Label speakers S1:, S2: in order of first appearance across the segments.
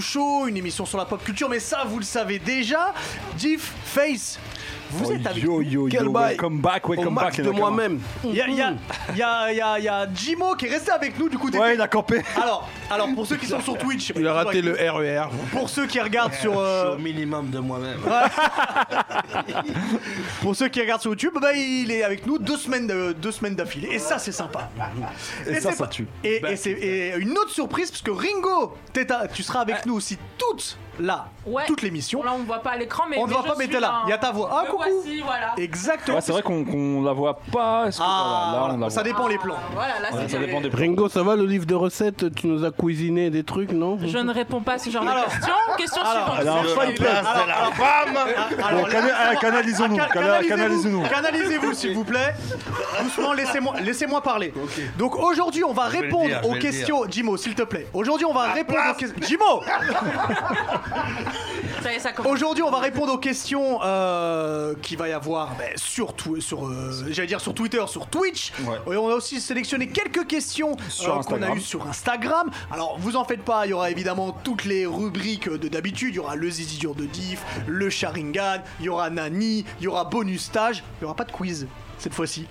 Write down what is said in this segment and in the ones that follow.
S1: Show, une émission sur la pop culture, mais ça, vous le savez déjà. Diff Face, vous
S2: Oh,
S1: êtes avec
S2: yo, yo,
S3: Quel
S2: yo,
S3: bail.
S2: welcome back,
S3: Au
S2: welcome
S3: max
S2: back.
S3: de
S2: Nakama.
S3: moi-même.
S1: Il y a, il y a- il y a- il y a- il y a Jimo qui est resté avec nous du coup.
S2: Ouais,
S1: depuis-
S2: il a campé.
S1: Alors, alors pour ceux qui sont sur Twitch,
S4: Il a raté le E RER.
S1: Pour ceux qui regardent sur
S3: Je
S1: euh,
S3: suis au minimum de moi-même.
S4: Ah
S1: pour ceux qui regardent sur YouTube, bah, il est avec nous deux semaines de- deux semaines d'affilée et ça c'est sympa.
S2: Et ça,
S1: c'est
S2: ça
S1: pas-
S2: tue.
S1: Et,
S4: Bah,
S1: et c'est et une autre surprise parce que Ringo, t'es à- tu seras
S4: Euh.
S1: avec nous aussi toute là,
S5: Ouais.
S1: toute l'émission.
S5: Là, on ne voit pas à l'écran, mais.
S1: On ne voit
S5: je
S1: pas, mais
S5: suis
S1: t'es là. Il y a ta voix. Ah,
S5: Me
S1: coucou.
S5: voici, voilà.
S1: Exactement.
S2: Ouais, c'est vrai qu'on qu'on la voit pas. Est-ce que-
S1: Ah,
S2: voilà, Oh là, on
S1: voilà.
S2: la
S1: ça
S2: voit.
S1: dépend les plans.
S5: Ah, Voilà, là, c'est
S2: Ça
S5: bien.
S2: dépend des
S3: Ringo, ça va le livre de recettes Tu nous as cuisiné des trucs, non
S5: Je ne réponds pas à ce genre
S1: Alors.
S5: de questions. Question
S1: Alors.
S5: suivante.
S2: Alors,
S3: Enfin,
S1: il place de la
S3: femme
S1: Alors,
S2: Bon, cana-
S1: là,
S2: ah, canalisons-nous,
S1: ah,
S2: cana-
S1: canalisez-vous,
S2: canalisez-nous.
S1: Canalisez-vous, s'il vous plaît. Doucement, laissez-moi laissez-moi parler. Donc aujourd'hui, on va
S3: vais le
S1: répondre
S3: dire, Ah, je
S1: aux
S3: vais le
S1: questions. Jimo, s'il te plaît. Aujourd'hui, on va répondre aux questions. Jimo
S5: Ça y est, ça commence.
S1: Aujourd'hui, on va répondre aux questions euh, qu'il va y avoir ben, sur, Twi- sur euh, j'allais dire sur Twitter, sur Twitch.
S2: Ouais.
S1: Et on a aussi sélectionné quelques questions
S2: Sur
S1: euh, qu'on a
S2: Instagram.
S1: eues sur Instagram. Alors, vous en faites pas, il y aura évidemment toutes les rubriques de d'habitude. Il y aura le zizi dur de diff, le sharingan, il y aura Nani, il y aura bonus stage. Il y aura pas de quiz cette fois-ci.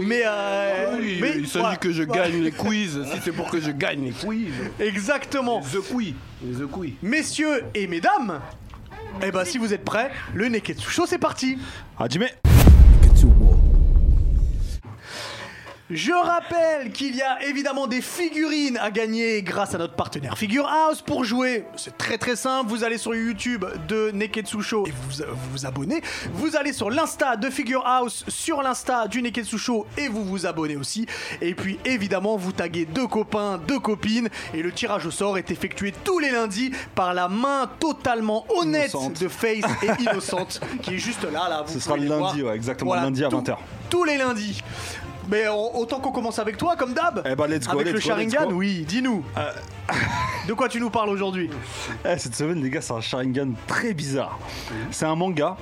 S1: Mais, euh,
S4: Oui,
S1: mais
S4: il s'agit
S1: voilà.
S4: que je
S1: Voilà.
S4: gagne les quiz. Si c'est pour que je gagne les quiz.
S1: Exactement.
S4: The quiz. The quiz.
S1: Messieurs et mesdames, eh ben si vous êtes prêts, le Neketsu Show, c'est parti.
S2: Ah, Jimmy.
S1: Je rappelle qu'il y a évidemment des figurines à gagner grâce à notre partenaire Figure House. Pour jouer, c'est très très simple. Vous allez sur YouTube de Neketsu Show et vous vous vous abonnez. Vous allez sur l'Insta de Figure House, sur l'Insta du Neketsu Show et vous vous abonnez aussi. Et puis évidemment, vous taguez deux copains, deux copines. Et le tirage au sort est effectué tous les lundis par la main totalement honnête
S2: Innocente.
S1: de Face et Innocente qui est juste là. là vous
S2: Ce sera
S1: pouvez
S2: le
S1: les
S2: lundi,
S1: voir.
S2: ouais, exactement, lundi à
S1: tout-
S2: 20h.
S1: tous les lundis. Mais on- autant qu'on commence avec toi, comme d'hab.
S2: Eh ben, let's go,
S1: Avec le
S2: let's go, let's
S1: Sharingan,
S2: go.
S1: oui, dis-nous. De quoi tu nous parles aujourd'hui
S2: Eh, cette semaine, les gars, c'est un Sharingan très bizarre. C'est un manga,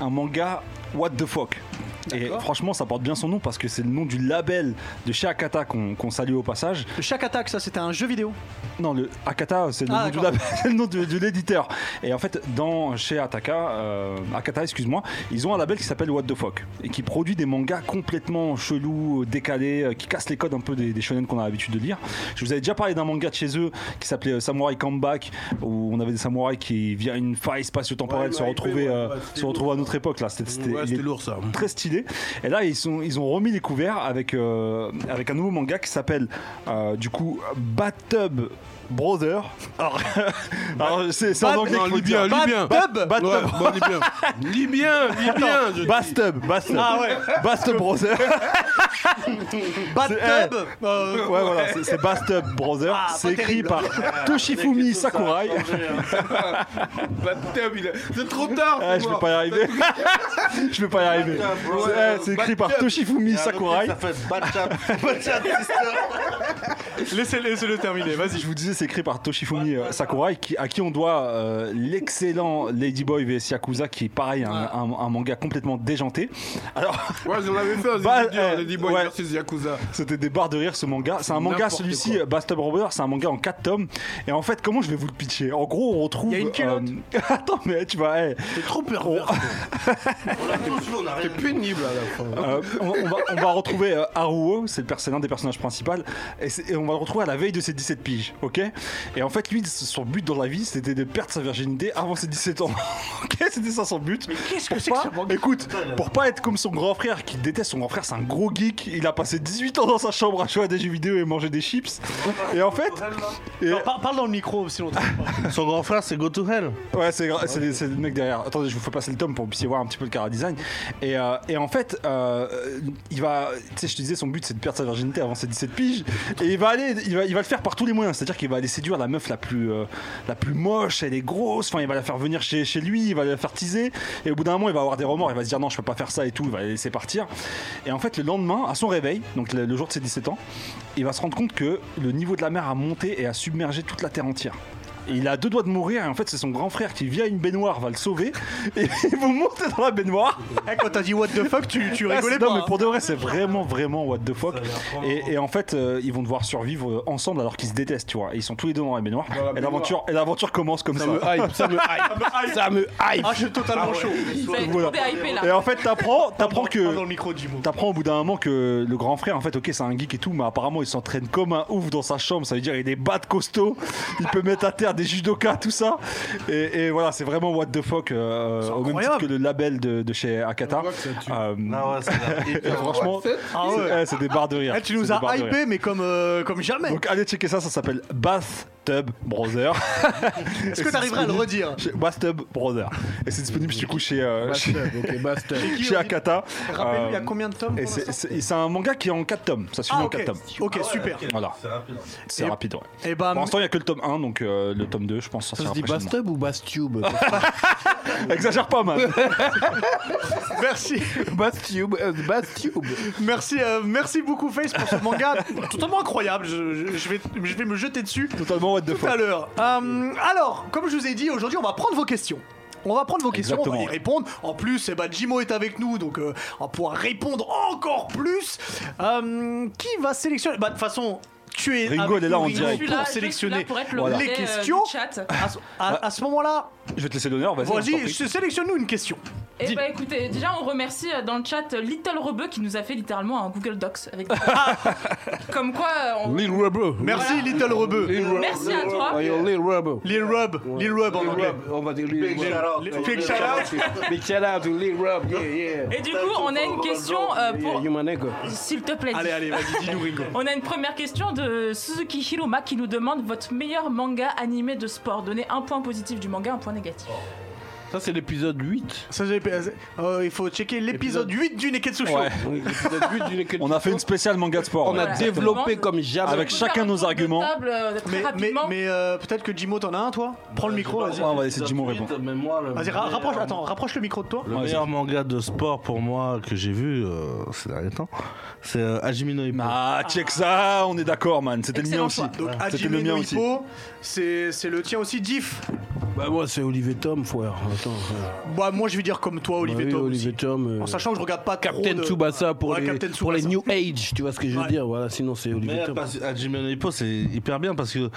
S2: un manga What the fuck. Et franchement, ça porte bien son nom parce que c'est le nom du label de chez Akata qu'on qu'on salue au passage.
S1: Chaque attaque, ça c'était un jeu vidéo.
S2: Non, le Akata, c'est le,
S1: Ah,
S2: nom du
S1: d'accord.
S2: label- c'est le nom de, de l'éditeur. Et en fait, dans chez Ataka, euh, Akata, excuse-moi, ils ont un label qui s'appelle What the Fuck et qui produit des mangas complètement chelous, décalés, euh, qui cassent les codes un peu des, des shonen qu'on a l'habitude de lire. Je vous avais déjà parlé d'un manga de chez eux qui s'appelait euh, Samurai Comeback, où on avait des samouraïs qui, via une faille spatio-temporelle,
S3: Ouais,
S2: se
S3: ouais,
S2: retrouvaient,
S3: ouais, ouais,
S2: euh,
S3: ouais,
S2: se
S3: c'était
S2: retrouvaient à notre époque. Là, c'était c'était-
S4: Ouais,
S2: il
S4: c'était
S2: est-
S4: lourd ça.
S2: très stylé. Et là, ils, sont, ils ont remis les couverts avec, euh, avec un nouveau manga qui s'appelle euh, du coup Bathtub Brother. Alors, alors, c'est c'est en anglais
S4: Non,
S2: qu'il faut
S4: libyen,
S2: dire.
S4: libyen.
S1: Bathtub
S4: Ouais, bon, libyen. Libyen, libyen. je-
S2: Bathtub, Bathtub,
S1: Ah ouais.
S2: Bathtub Brother.
S1: Bathtub euh,
S2: ouais, voilà, c'est- c'est Bathtub Brother.
S1: Ah, pas
S2: c'est écrit
S1: terrible.
S2: par Toshifumi Sakurai.
S4: Bathtub, il a- C'est trop tard. faut
S2: Ah, je vais
S4: voir.
S2: pas y arriver. je vais pas y arriver.
S3: Brother.
S2: C'est- eh, C'est écrit par
S4: Bathtub.
S2: Toshifumi Sakurai.
S3: Ça fait Batchap.
S1: Laissez-le laissez-le terminer, vas-y.
S2: Ah, Je vous disais, c'est écrit par Toshifumi euh, Sakurai, qui- à qui on doit euh, l'excellent Ladyboy vs Yakuza, qui est pareil, un, un- un manga complètement déjanté. Alors,
S4: Ouais, j'en avais fait.
S2: Bah,
S4: Bah,
S2: eh,
S4: on a dit bon,
S2: ouais.
S4: versus Yakuza.
S2: c'était des barres de rire ce manga. C'est un manga,
S4: N'importe
S2: celui-ci,
S4: quoi.
S2: Bastard Robber, c'est un manga en 4 tomes. Et en fait, comment je vais vous le pitcher En gros, on retrouve.
S1: Il y a une culotte.
S2: euh, Attends, mais tu vois, eh,
S4: C'est trop pervers. C'est pénible à la fin.
S2: Euh, on, on va, on va retrouver euh, Haruo, c'est le perso- l'un des personnages principaux, et, c'est- et on va le retrouver à la veille de ses 17 piges, ok Et en fait, lui, son but dans la vie, c'était de perdre sa virginité avant ses 17 ans, ok C'était ça son but. Mais
S1: qu'est-ce que c'est que ce manga
S2: Écoute, pour pas être comme son grand frère, qui déteste son grand frère, c'est un gros geek, il a passé 18 ans dans sa chambre à jouer à des jeux vidéo et manger des chips, et en fait... et-
S1: Non, par- parle dans le micro sinon.
S3: Son grand frère, c'est Go to Hell.
S2: Ouais, c'est gra- c'est c'est le mec derrière. Attendez, je vous fais passer le tome pour que vous puissiez voir un petit peu le chara-design. Et, euh, et en fait, euh, il va. Tu sais, je te disais, son but c'est de perdre sa virginité avant ses 17 piges. Et il va aller, il va, il va le faire par tous les moyens. C'est-à-dire qu'il va aller séduire la meuf la plus, euh, la plus moche, elle est grosse. Enfin, il va la faire venir chez, chez lui, il va la faire teaser. Et au bout d'un moment, il va avoir des remords. Il va se dire non, je peux pas faire ça et tout. Il va la laisser partir. Et en fait, le lendemain, à son réveil, donc le, le jour de ses 17 ans, il va se rendre compte que le niveau de la mer a monté et a submergé toute la terre entière. Et il a deux doigts de mourir et en fait c'est son grand frère qui via une baignoire va le sauver et vous montez dans la baignoire.
S1: Eh, quand t'as dit what the fuck, tu, tu
S2: Ah,
S1: rigolais
S2: c'est-
S1: pas.
S2: Non mais
S1: hein.
S2: pour de vrai c'est vraiment vraiment what the fuck.
S6: Ça a l'air vraiment-
S2: Et, et en fait euh, ils vont devoir survivre ensemble alors qu'ils se détestent tu vois. Et ils sont tous les deux dans la baignoire.
S4: Dans la
S2: et l'aventure et l'aventure commence comme ça.
S3: Ça me hype, ça me hype, ça me hype.
S1: Ah, je suis totalement chaud.
S5: Vous avez
S2: Voilà.
S5: trop déhypé là.
S2: Et en fait t'apprends t'apprends
S1: Pas dans
S2: que
S1: le micro, Jimou.
S2: T'apprends au bout d'un moment que le grand frère, en fait, ok, c'est un geek et tout, mais apparemment, il s'entraîne comme un ouf dans sa chambre. Ça veut dire, il est des bas de costaud, il peut mettre à terre des judokas, tout ça. Et, et voilà, c'est vraiment what the fuck, euh, au même titre
S1: incroyable.
S2: que le label de, de chez Akata.
S4: On voit que ça tue.
S2: Euh,
S6: Ah ouais, ça a l'air
S2: et
S6: hyper-
S2: franchement,
S4: fait.
S1: Ah ouais.
S2: c'est- eh, c'est des barres de rire.
S1: Eh, tu
S2: C'est
S1: nous
S2: des barres
S1: as
S2: de rire.
S1: hypé, mais comme, euh, comme jamais.
S2: Donc, allez checker ça, ça s'appelle Bathtub Brother.
S1: Est-ce que t'arriveras à le redire
S2: Chez Bathtub Brother. Et c'est disponible du coup chez, euh, chez,
S4: Bastard, ok, bastard.
S2: chez Akata.
S1: Rappelle-nous, il y a
S2: Euh,
S1: euh, combien de tomes
S2: et
S1: pour
S2: c'est-
S1: l'instant
S2: c'est c'est un manga qui est en 4 tomes. Ça se finit
S1: Ah,
S2: en
S1: ok.
S2: 4 tomes.
S1: Ok, super.
S6: Ah ouais, ok.
S2: Voilà.
S6: C'est rapide.
S2: C'est
S1: Et-
S2: rapide, ouais.
S1: Et ben,
S2: Pour l'instant, il n'y a que le tome 1, donc euh, le tome 2, je pense,
S3: Ça se
S2: sortira
S3: dit
S2: prochainement.
S3: Bastub ou Bastube
S2: Exagère pas, man.
S1: merci.
S3: Bastube, euh, Bastube.
S1: Merci, euh, merci beaucoup, Face, pour ce manga totalement incroyable. Je, je- je vais, je vais me jeter dessus
S2: Totalement what the
S1: tout à
S2: fuck.
S1: l'heure. Euh, alors, comme je vous ai dit, aujourd'hui, on va prendre vos questions. On va prendre vos questions, on
S2: Exactement.
S1: va y répondre. En plus, eh ben, Jimo est avec nous, donc euh, on pourra répondre encore plus. Euh, qui va sélectionner Bah, De toute façon, tu es.
S2: Ringo,
S1: avec
S2: elle est là
S1: nous,
S2: en
S1: Ringo,
S5: Je
S2: direct.
S5: suis
S1: pour
S5: là, je suis
S1: sélectionner
S5: là pour être le
S2: Voilà.
S5: relais,
S1: les
S5: euh, du
S1: questions. Ah,
S5: chat.
S1: À, ce- à- à ce moment-là,
S2: Je vais te laisser l'honneur, Ah. vas-y. je t'en
S1: vas-y,
S2: prie.
S1: sé- sélectionne-nous une question.
S5: Eh
S1: Dis-
S5: bah écoutez, déjà on remercie euh, dans le chat euh, Little Rebeu qui nous a fait littéralement un Google Docs avec. Comme quoi, euh, on-
S3: Lil Rubber.
S1: Merci, Little Rebeu.
S5: merci à toi.
S3: Ouais, Lil Rubber.
S1: Lil Rub, Lil Rub en anglais.
S3: On va dire Lil
S6: Big
S3: Rubber.
S6: shout-out.
S1: Les- Big shout-out.
S3: Big shout out to Lil Rubber, yeah, yeah.
S5: Et du coup, on a une question euh,
S3: Yeah,
S5: pour.
S3: you my nigga.
S5: S'il te plaît.
S1: Allez,
S5: dis.
S1: allez, vas-y, dis-nous, Ringo.
S5: On a une première question de Suzuki Hiroma qui nous demande votre meilleur manga animé de sport. Donnez un point positif du manga, un point négatif.
S1: Ah,
S3: Ça, c'est l'épisode 8.
S1: Ça, j'ai- euh, il faut checker l'épisode 8 du Neketsu Show.
S2: Ouais.
S3: Oui, l'épisode 8 du Naked
S2: On a fait une spéciale manga de sport.
S3: On a
S2: ouais.
S3: développé comme
S1: bah,
S3: jamais.
S2: Avec
S5: On peut
S2: chacun
S5: faire un
S2: nos
S5: tour de
S2: arguments.
S5: table, euh, très
S1: Mais, mais,
S5: rapidement.
S1: mais, euh, peut-être que Jimo, t'en as un, toi Prends
S3: Euh,
S1: le micro, vas-y.
S2: Ouais, Ah, on va laisser Jimon répondre.
S6: Mais moi, le
S1: Vas-y, ra-
S6: meilleur-
S1: rapproche, attends, rapproche le micro de toi.
S6: Le
S2: Ouais,
S6: meilleur
S2: vas-y.
S6: manga de sport pour moi que j'ai vu euh, ces derniers temps, c'est euh, Hajime no Ippo.
S2: Ah, check ça, on est d'accord, man. C'était le mien
S5: Excellent
S2: aussi.
S5: choix.
S1: Donc,
S2: C'était le
S1: Hajime
S2: mien
S1: no
S2: aussi.
S1: Hippo, c'est c'est le tien aussi, Diff.
S3: Bah, moi, c'est Olivier Tom, frère. Attends.
S1: Bah, moi, je vais dire comme toi, Olivier
S3: Bah oui,
S1: Tom. aussi.
S3: Olivier Tom. euh,
S1: En sachant que je regarde pas trop
S3: Captain
S1: de-
S3: Tsubasa pour,
S1: Ouais,
S3: les,
S1: Captain
S3: pour les
S1: Tsubasa.
S3: New Age, tu vois ce que je veux
S1: Ouais.
S3: dire. Voilà, sinon, c'est Olivier
S6: Mais
S3: Tom.
S6: parce- Hajime no Ippo, c'est hyper bien parce que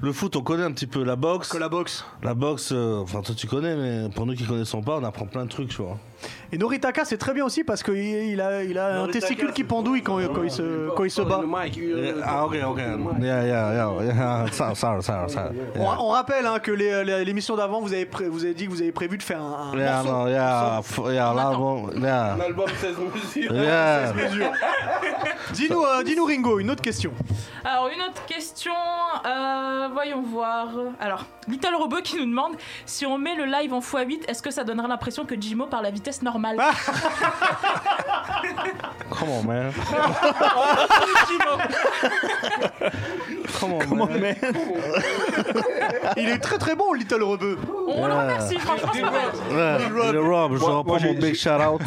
S6: le foot, on connaît un petit peu la boxe.
S1: Que la boxe.
S6: La boxe, euh, enfin toi tu connais, mais pour nous qui connaissons pas, on apprend plein de trucs, tu vois.
S1: Et Noritaka, c'est très bien aussi parce qu'il il a, il a un
S6: Noritaka,
S1: testicule qui
S6: c'est-
S1: pendouille quand, quand, il se, quand il se bat.
S3: Euh,
S1: Euh,
S6: Ah ok, ok. Yeah, yeah, yeah, yeah. Sorry, sorry, sorry, sorry.
S1: On,
S6: Yeah.
S1: on rappelle hein, que les- les- l'émission d'avant, vous, avez pré- vous avez dit que vous avez prévu de faire un, un
S6: Yeah,
S1: morceau.
S6: no, yeah, f- yeah, là, bon, yeah.
S3: album 16 musiques.
S6: Yeah.
S1: Dis-nous, euh, dis-nous, Ringo, une autre question.
S5: Alors, une autre question. euh, voyons voir. Alors, Little Robot qui nous demande si on met le live en x8, est-ce que ça donnera l'impression que Jimo parle à vitesse normale
S1: Ah
S6: Come on, man. Come on, man.
S1: Il est très très bon, Little Rebeu.
S5: On le remercie, franchement, c'est pas mal.
S6: Ouais, le Rob, je
S2: Moi- moi,
S6: reprends
S2: j'ai-
S6: mon big shout out.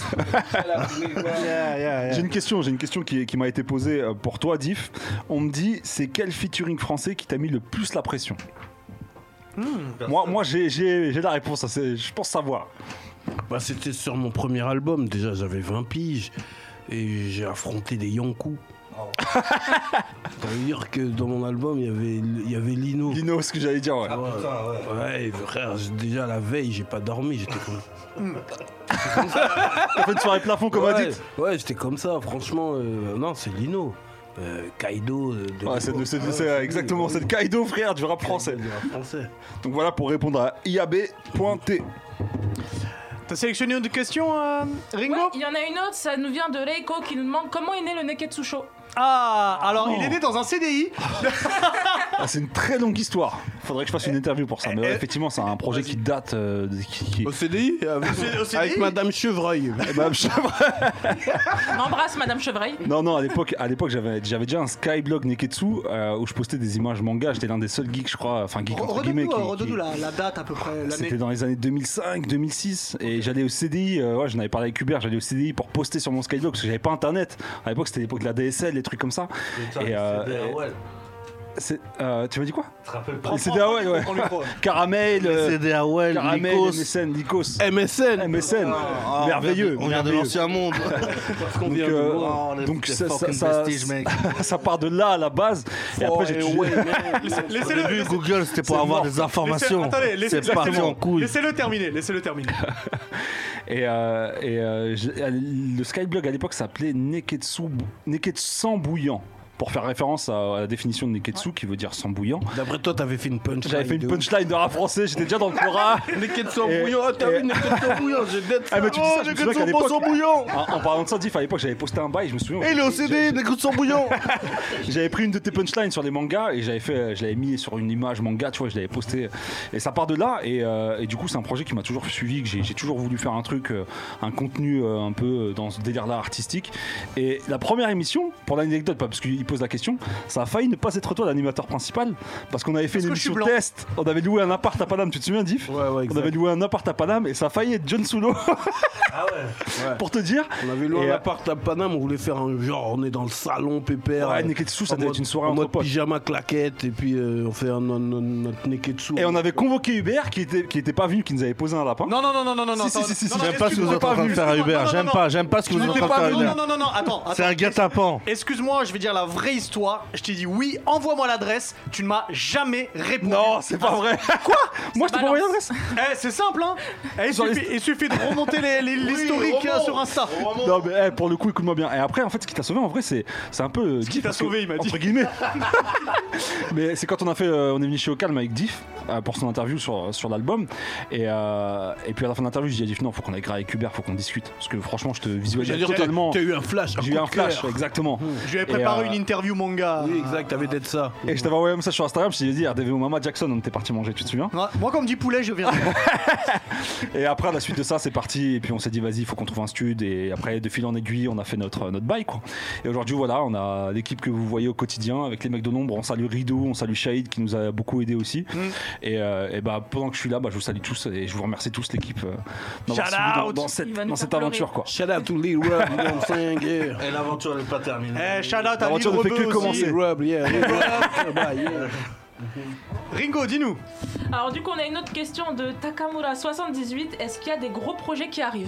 S6: yeah, yeah,
S2: J'ai une question, j'ai une question qui, qui m'a été posée euh, pour toi, Diff. On me dit, c'est quel featuring français qui t'a mis le plus la pression Moi, moi j'ai- j'ai j'ai la réponse, ça, c'est- je pense savoir.
S3: Bah, c'était sur mon premier album. Déjà, j'avais 20 piges. Et j'ai affronté des Yankou.
S1: Oh.
S3: Ça veut dire que dans mon album, il y avait, il y avait Lino.
S2: Lino, ce que j'allais dire, ouais.
S3: Ouais, frère, j'ai- déjà la veille, j'ai pas dormi. J'étais comme.
S2: T'as fait une soirée plafond, comme a
S3: ouais,
S2: dit.
S3: ouais, j'étais comme ça. Franchement, euh, non, c'est Lino. Euh, Kaido. euh, de
S2: Ouais, c'est
S3: l'époque.
S2: c'est-
S3: Ah,
S2: c'est
S3: ouais,
S2: exactement,
S3: oui,
S2: c'est le Kaido frère du rap français.
S3: oui, français.
S2: Donc voilà pour répondre à IAB.T.
S1: T'as sélectionné une autre question, euh, Ringo
S5: Ouais, Il y en a une autre, ça nous vient de Reiko qui nous demande comment est né le Neketsu Show.
S1: Ah, alors
S2: Oh.
S1: il est né dans un CDI.
S2: Ah, c'est une très longue histoire. Faudrait que je fasse une interview pour ça. Mais ouais,
S1: eh,
S2: effectivement, c'est un projet qui date. euh, de- qui- qui-
S3: Au CDI Avec,
S1: Au CDI?
S3: avec Madame Chevreuil.
S2: Eh ben, je-
S5: On embrasse Madame Chevreuil.
S2: Non, non, à l'époque, à l'époque, j'avais, j'avais déjà un Skyblog Neketsu euh, où je postais des images manga. J'étais l'un des seuls geeks, je crois, enfin geek entre guillemets.
S1: Redonne-nous euh,
S2: qui- qui-
S1: redonne-nous la, la date à peu près,
S2: C'était
S1: l'année.
S2: dans les années 2005, 2006, et j'allais au CDI. euh, ouais, j'en avais parlé avec Hubert. J'allais au CDI pour poster sur mon euh, Skyblog parce que j'avais pas internet. À l'époque, c'était l'époque de la DSL, les trucs comme ça. Et, euh, c'est- euh, tu m'as dit quoi
S1: Prends-
S2: C'est
S1: prends-
S2: ah
S1: prends
S2: ouais,
S1: le
S2: ouais.
S1: micro, prends le micro.
S2: Caramel, euh,
S6: C'est des AOL,
S2: Caramel,
S6: Lycos,
S2: MSN, Lycos,
S3: MSN
S2: MSN,
S6: Ah, on
S2: merveilleux.
S6: vient de- On vient de
S2: merveilleux.
S6: l'ancien monde.
S3: Parce qu'on
S2: Donc,
S3: vient
S2: euh,
S3: de voir.
S6: Oh, les-
S2: donc
S6: les
S2: ça, ça,
S6: fucking
S2: ça-
S6: vestiges, mec.
S2: ça part de là à la base. Oh, Et
S3: Oh,
S2: après, j'ai toujours-
S6: Au début,
S1: Laissez-le.
S6: Google, c'était pour
S2: C'est mort.
S6: avoir des informations.
S1: Attendez, laissez-
S6: C'est parti
S1: exactement.
S6: en couille.
S1: Laissez-le terminer, laissez-le terminer.
S2: Et, euh, et, euh, j'ai- à l- le Skyblog à l'époque s'appelait Neketsu, Neketsu sans bouillant. Pour faire référence à à la définition de Neketsu qui veut dire sans bouillant.
S3: D'après toi, t'avais fait une punch.
S2: J'avais fait une punchline de rap français, j'étais déjà dans le Cora.
S4: Les quêtes sont
S2: Et-
S4: bouillons. Ah, t'as
S2: et-
S4: vu, Oh, les quêtes sont bouillons. Je dette
S2: Ah,
S4: ça.
S2: mais tu dis ça, je me souviens qu'à l'époque-
S6: bouillon
S2: En, en parlant de ça, Diff, à l'époque, j'avais posté un bail, je me souviens.
S6: Et le OCD, des coups de son bouillon
S2: J'avais pris une de tes punchlines sur les mangas et j'avais fait, je l'avais mis sur une image manga, tu vois, je l'avais posté. Et ça part de là. Et, euh, et du coup, c'est un projet qui m'a toujours suivi, que j'ai j'ai toujours voulu faire un truc, euh, un contenu euh, un peu euh, dans ce délire-là artistique. Et la première émission, pour l'anecdote, pas parce qu'il pose la question, ça a failli ne pas être toi l'animateur principal parce qu'on avait fait
S1: Parce
S2: une
S1: que je suis
S2: émission
S1: blanc.
S2: test. On avait loué un appart à Paname, tu te souviens, Diff
S3: Ouais, ouais,
S2: On avait loué un appart à Paname et ça a failli être John Sulo.
S3: Ah
S2: Pour te dire,
S3: On avait loué
S2: Et,
S3: un
S2: euh,
S3: appart à Paname, on voulait faire un genre, on est dans le salon, pépère.
S2: Ouais, Neketsu, ça
S3: En
S2: devait
S3: mode-
S2: être une soirée
S3: en
S2: entre
S3: mode
S2: potes.
S3: pyjama claquette, et puis euh, on fait un, un- un- notre Neketsu.
S2: et on avait convoqué Hubert qui était, qui était pas venu, qui nous avait posé un lapin.
S1: Non, non, non, non, non, non, non.
S2: Si, si,
S1: attends,
S2: si, si,
S1: non, non,
S6: J'aime pas ce que vous
S1: excuse-moi,
S6: êtes en train de faire à
S1: Non, non,
S6: Hubert.
S1: non,
S6: J'aime
S1: non.
S6: pas, j'aime pas ce que
S1: Tu
S6: vous êtes en
S1: n'étais
S6: train de
S1: pas
S6: faire à
S1: venu. Non,
S6: Hubert.
S1: non, non, non, attends.
S6: C'est
S1: attends.
S6: un guet-apens.
S1: Excuse-moi, je vais dire la vraie histoire. Je t'ai dit oui, envoie-moi l'adresse. Tu ne m'as jamais répondu. Ah,
S2: Non, c'est pas vrai. Quoi Moi, je t'ai pas envoyé l'adresse.
S1: Eh, c'est simple, hein. Eh, il,
S2: Sur
S1: suffit, il suffit de remonter les- les- l'historique hein, sur Insta.
S2: Non, mais eh, pour le coup, écoute-moi bien. Et après, en fait, ce qui t'a sauvé, en vrai, c'est c'est un peu. euh, Ce
S1: qui t'a sauvé, il m'a dit.
S2: Entre guillemets. mais c'est quand on a fait, euh, on est venu chez Au Calme avec Diff euh, pour son interview sur, sur l'album. Et, euh, et puis à la fin de l'interview, j'ai dit à Diff, non, faut qu'on aille grave avec Hubert, faut qu'on discute, parce que franchement, je te visualise
S3: J'allais dire,
S2: totalement.
S3: T'as eu un flash, un
S2: J'ai
S3: coup
S2: eu un
S3: de cœur.
S2: flash, exactement.
S1: Je lui avais
S2: Et,
S1: préparé
S2: euh,
S1: une interview manga.
S3: Oui, exact, t'avais peut-être ça.
S2: Et je t'avais envoyé un message sur Instagram, je t'ai dit, RDVO Mama Jackson, on était parti manger, tu te souviens
S1: Ouais, Moi, comme dit poulet, je viens.
S2: Et après, à la suite de ça, c'est parti. Et puis on s'est dit, vas-y, il faut qu'on trouve un stud. Et après, de fil en aiguille, on a fait notre, notre bail. Quoi. Et aujourd'hui, voilà, on a l'équipe que vous voyez au quotidien avec les mecs de l'ombre. On salue Rideau, on salue Shahid qui nous a beaucoup aidé aussi.
S1: Mm.
S2: Et, euh, et bah, pendant que je suis là, bah, je vous salue tous et je vous remercie tous, l'équipe, euh, d'avoir
S1: Shout
S2: suivi dans,
S1: out
S2: dans
S5: Il
S2: cette,
S5: va nous
S2: dans
S5: faire
S2: cette aventure. Quoi.
S3: Shout out to Lee Rub, you know what I'm saying, yeah.
S6: Et l'aventure n'est pas terminée.
S1: eh, shout out à
S2: L'aventure
S1: Lil
S2: ne fait que
S1: Rebeu aussi.
S2: commencer.
S3: Lee Rub, yeah. Lee Rub, bye, yeah.
S1: Ringo, dis-nous.
S5: Alors du coup, on a une autre question de Takamura78. Est-ce qu'il y a des gros projets qui arrivent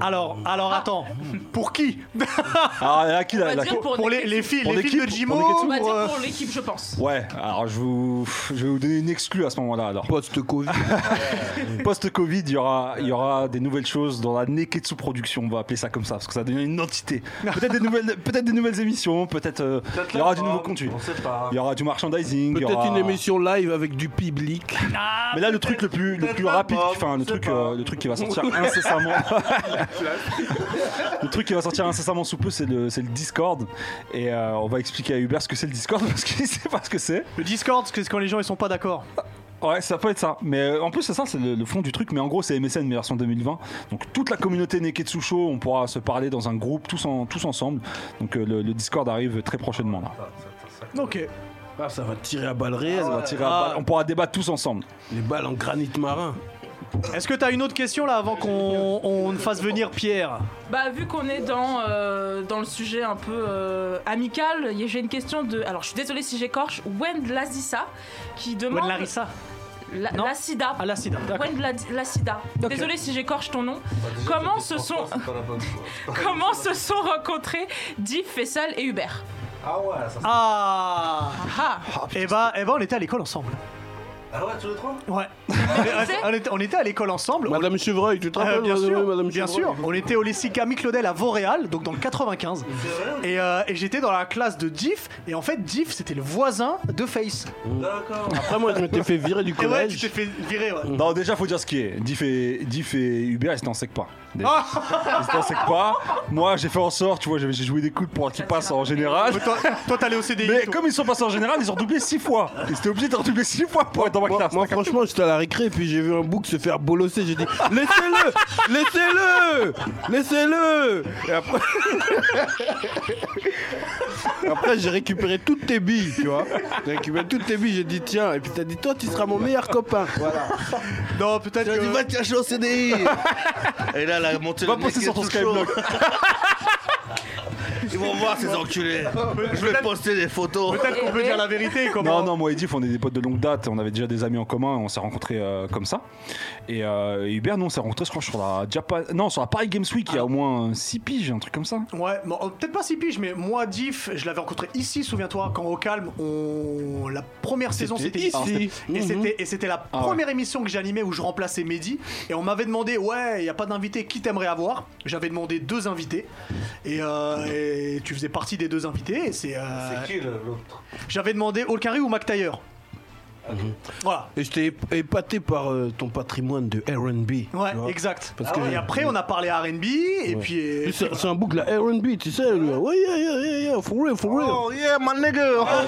S1: Alors, alors, attends. Pour qui
S2: Ah, là, qui
S5: On
S2: la,
S5: va
S2: la-
S5: dire pour,
S1: Pour les,
S5: Neketsu.
S1: les filles,
S2: Pour
S1: les filles de
S2: l'équipe,
S1: Jimo.
S2: pour Neketsu.
S5: On va
S1: pour,
S5: dire
S1: euh,
S5: Bah, pour l'équipe, je pense.
S2: Ouais, alors je, vous, je vais vous donner une exclue à ce moment-là. Alors.
S3: Post-Covid.
S2: Post-Covid, il y aura, il y aura des nouvelles choses dans la Neketsu Production, on va appeler ça comme ça, parce que ça devient une entité. Peut-être des nouvelles, peut-être des nouvelles émissions, peut-être euh, il y aura du nouveau contenu,
S6: On sait pas.
S2: il y aura du merchandising. il y
S3: Peut-être
S2: aura-
S3: une émission live avec du public.
S2: Mais là, le truc le plus, le
S6: peut-être
S2: plus
S6: la
S2: rapide,
S6: bombe,
S2: enfin le
S6: je sais
S2: truc,
S6: pas.
S2: euh, le truc qui va sortir incessamment, le truc qui va sortir incessamment sous peu, c'est le, c'est le Discord. Et euh, on va expliquer à Hubert ce que c'est le Discord parce qu'il sait pas ce que c'est.
S1: Le Discord, c'est quand les gens ils sont pas d'accord.
S2: Ouais, ça peut être ça. Mais euh, en plus, c'est ça, c'est le, le fond du truc. Mais en gros, c'est MSN mais version 2020. Donc toute la communauté Neketsu Show, on pourra se parler dans un groupe, tous, en, tous ensemble. Donc euh, le, le Discord arrive très prochainement. Là.
S1: Ok.
S3: Ah, ça va tirer à balles réelles.
S2: On, va tirer à
S1: Ah.
S2: balle- on pourra débattre tous ensemble.
S3: Les balles en granit marin.
S1: Est-ce que t'as une autre question là avant qu'on on ne fasse venir Pierre
S5: Bah vu qu'on est dans, euh, dans le sujet un peu euh, amical, y- j'ai une question de... Alors je suis désolée si j'écorche. Wend Lazissa qui demande...
S1: Gwen Larissa
S5: La-
S1: Non.
S5: Lassida.
S1: Ah, l'acide. d'accord.
S5: Wend Lad- Lassida.
S1: Ok.
S5: Désolée si j'écorche ton nom. Comment se sont... Comment se sont rencontrés Diff, Fessal et Hubert
S6: Ah ouais, ça
S1: Ah
S5: Ah
S1: Eh bah, eh bah, on était à l'école ensemble.
S6: Ah ouais, tous les trois
S1: Ouais.
S5: sais
S1: on, était, on était à l'école ensemble. On-
S3: Madame Chevreuil, tu te
S1: Euh,
S3: rappelles
S1: bien
S3: madame-
S1: sûr,
S3: Ah, Madame
S1: bien
S3: Chevreuil
S1: sûr. On était au lycée Camille Claudel à Vauréal, donc dans le 95. Et, euh, et j'étais dans la classe de Diff. Et en fait, Diff, c'était le voisin de Face.
S6: D'accord.
S3: Après, moi, je m'étais fait virer du
S1: Et ouais, tu t'es
S3: collège.
S1: fait virer, ouais.
S2: Non, déjà, faut dire ce qui est. Diff et, Diff et Hubert, ils s'en pas.
S1: Ah.
S2: Déjà. Ils s'en secent pas. Moi, j'ai fait en sorte, tu vois, j'ai j'ai joué des coups pour qu'ils passent en général.
S1: Mais toi, toi, t'allais au CDI.
S2: Mais
S1: toi.
S2: comme ils sont passés en général, ils ont doublé 6 fois. Ils étaient obligés de redoubler 6 fois pour être dans ma
S3: Moi,
S2: classe.
S3: moi, franchement, j'étais à la récré et puis j'ai vu un bouc se faire bolosser. J'ai dit Laissez-le Laissez-le Laissez-le Et après. après, j'ai récupéré toutes tes billes, tu vois. J'ai récupéré toutes tes billes, j'ai dit Tiens, et puis t'as dit Toi, tu seras mon meilleur copain. Voilà.
S1: Non, peut-être
S6: J'ai dit,
S1: que.
S6: va te cacher au CDI Et là, elle a monté
S2: Va
S6: le
S2: poster sur ton
S6: Neketsu Show.
S2: Skyblock.
S6: Ils vont voir ces enculés. Je vais poster des photos.
S1: Peut-être qu'on peut dire la vérité, comment
S2: Non, non, moi et Diff, on est des potes de longue date, on avait déjà des amis en commun, on s'est rencontrés euh, comme ça. Et, euh, et Hubert, nous, on s'est rencontrés, je crois, sur la, Japan... non, sur la Paris Games Week, il y a au moins 6 piges, un truc comme ça.
S1: Ouais, bon, euh, peut-être pas si pige, mais moi, Diff, je l'avais rencontré ici, souviens-toi, quand au calme, on... la première saison c'était ici.
S2: ici.
S1: Et c'était- Et c'était la
S2: Ah ouais.
S1: première émission que j'animais où je remplaçais Mehdi. Et on m'avait demandé, ouais, il n'y a pas d'invité, qui t'aimerais avoir J'avais demandé deux invités. Et, euh, et tu faisais partie des deux invités. Et c'est. euh,
S6: qui l'autre
S1: J'avais demandé Olkari ou Mac Taylor. Voilà.
S3: Et j'étais ép- épaté par euh, ton patrimoine de RB. tu
S1: Ouais,
S3: vois.
S1: exact.
S3: Parce
S1: Ah
S3: que
S1: ouais, et
S3: j'ai-
S1: après, on a parlé RB, et puis. euh,
S3: Et C'est c'est un bouc de la RB, tu sais. lui. Ouais, yeah, yeah, yeah, yeah, for real, for real.
S6: Oh yeah, my nigga.
S2: Non, Ah,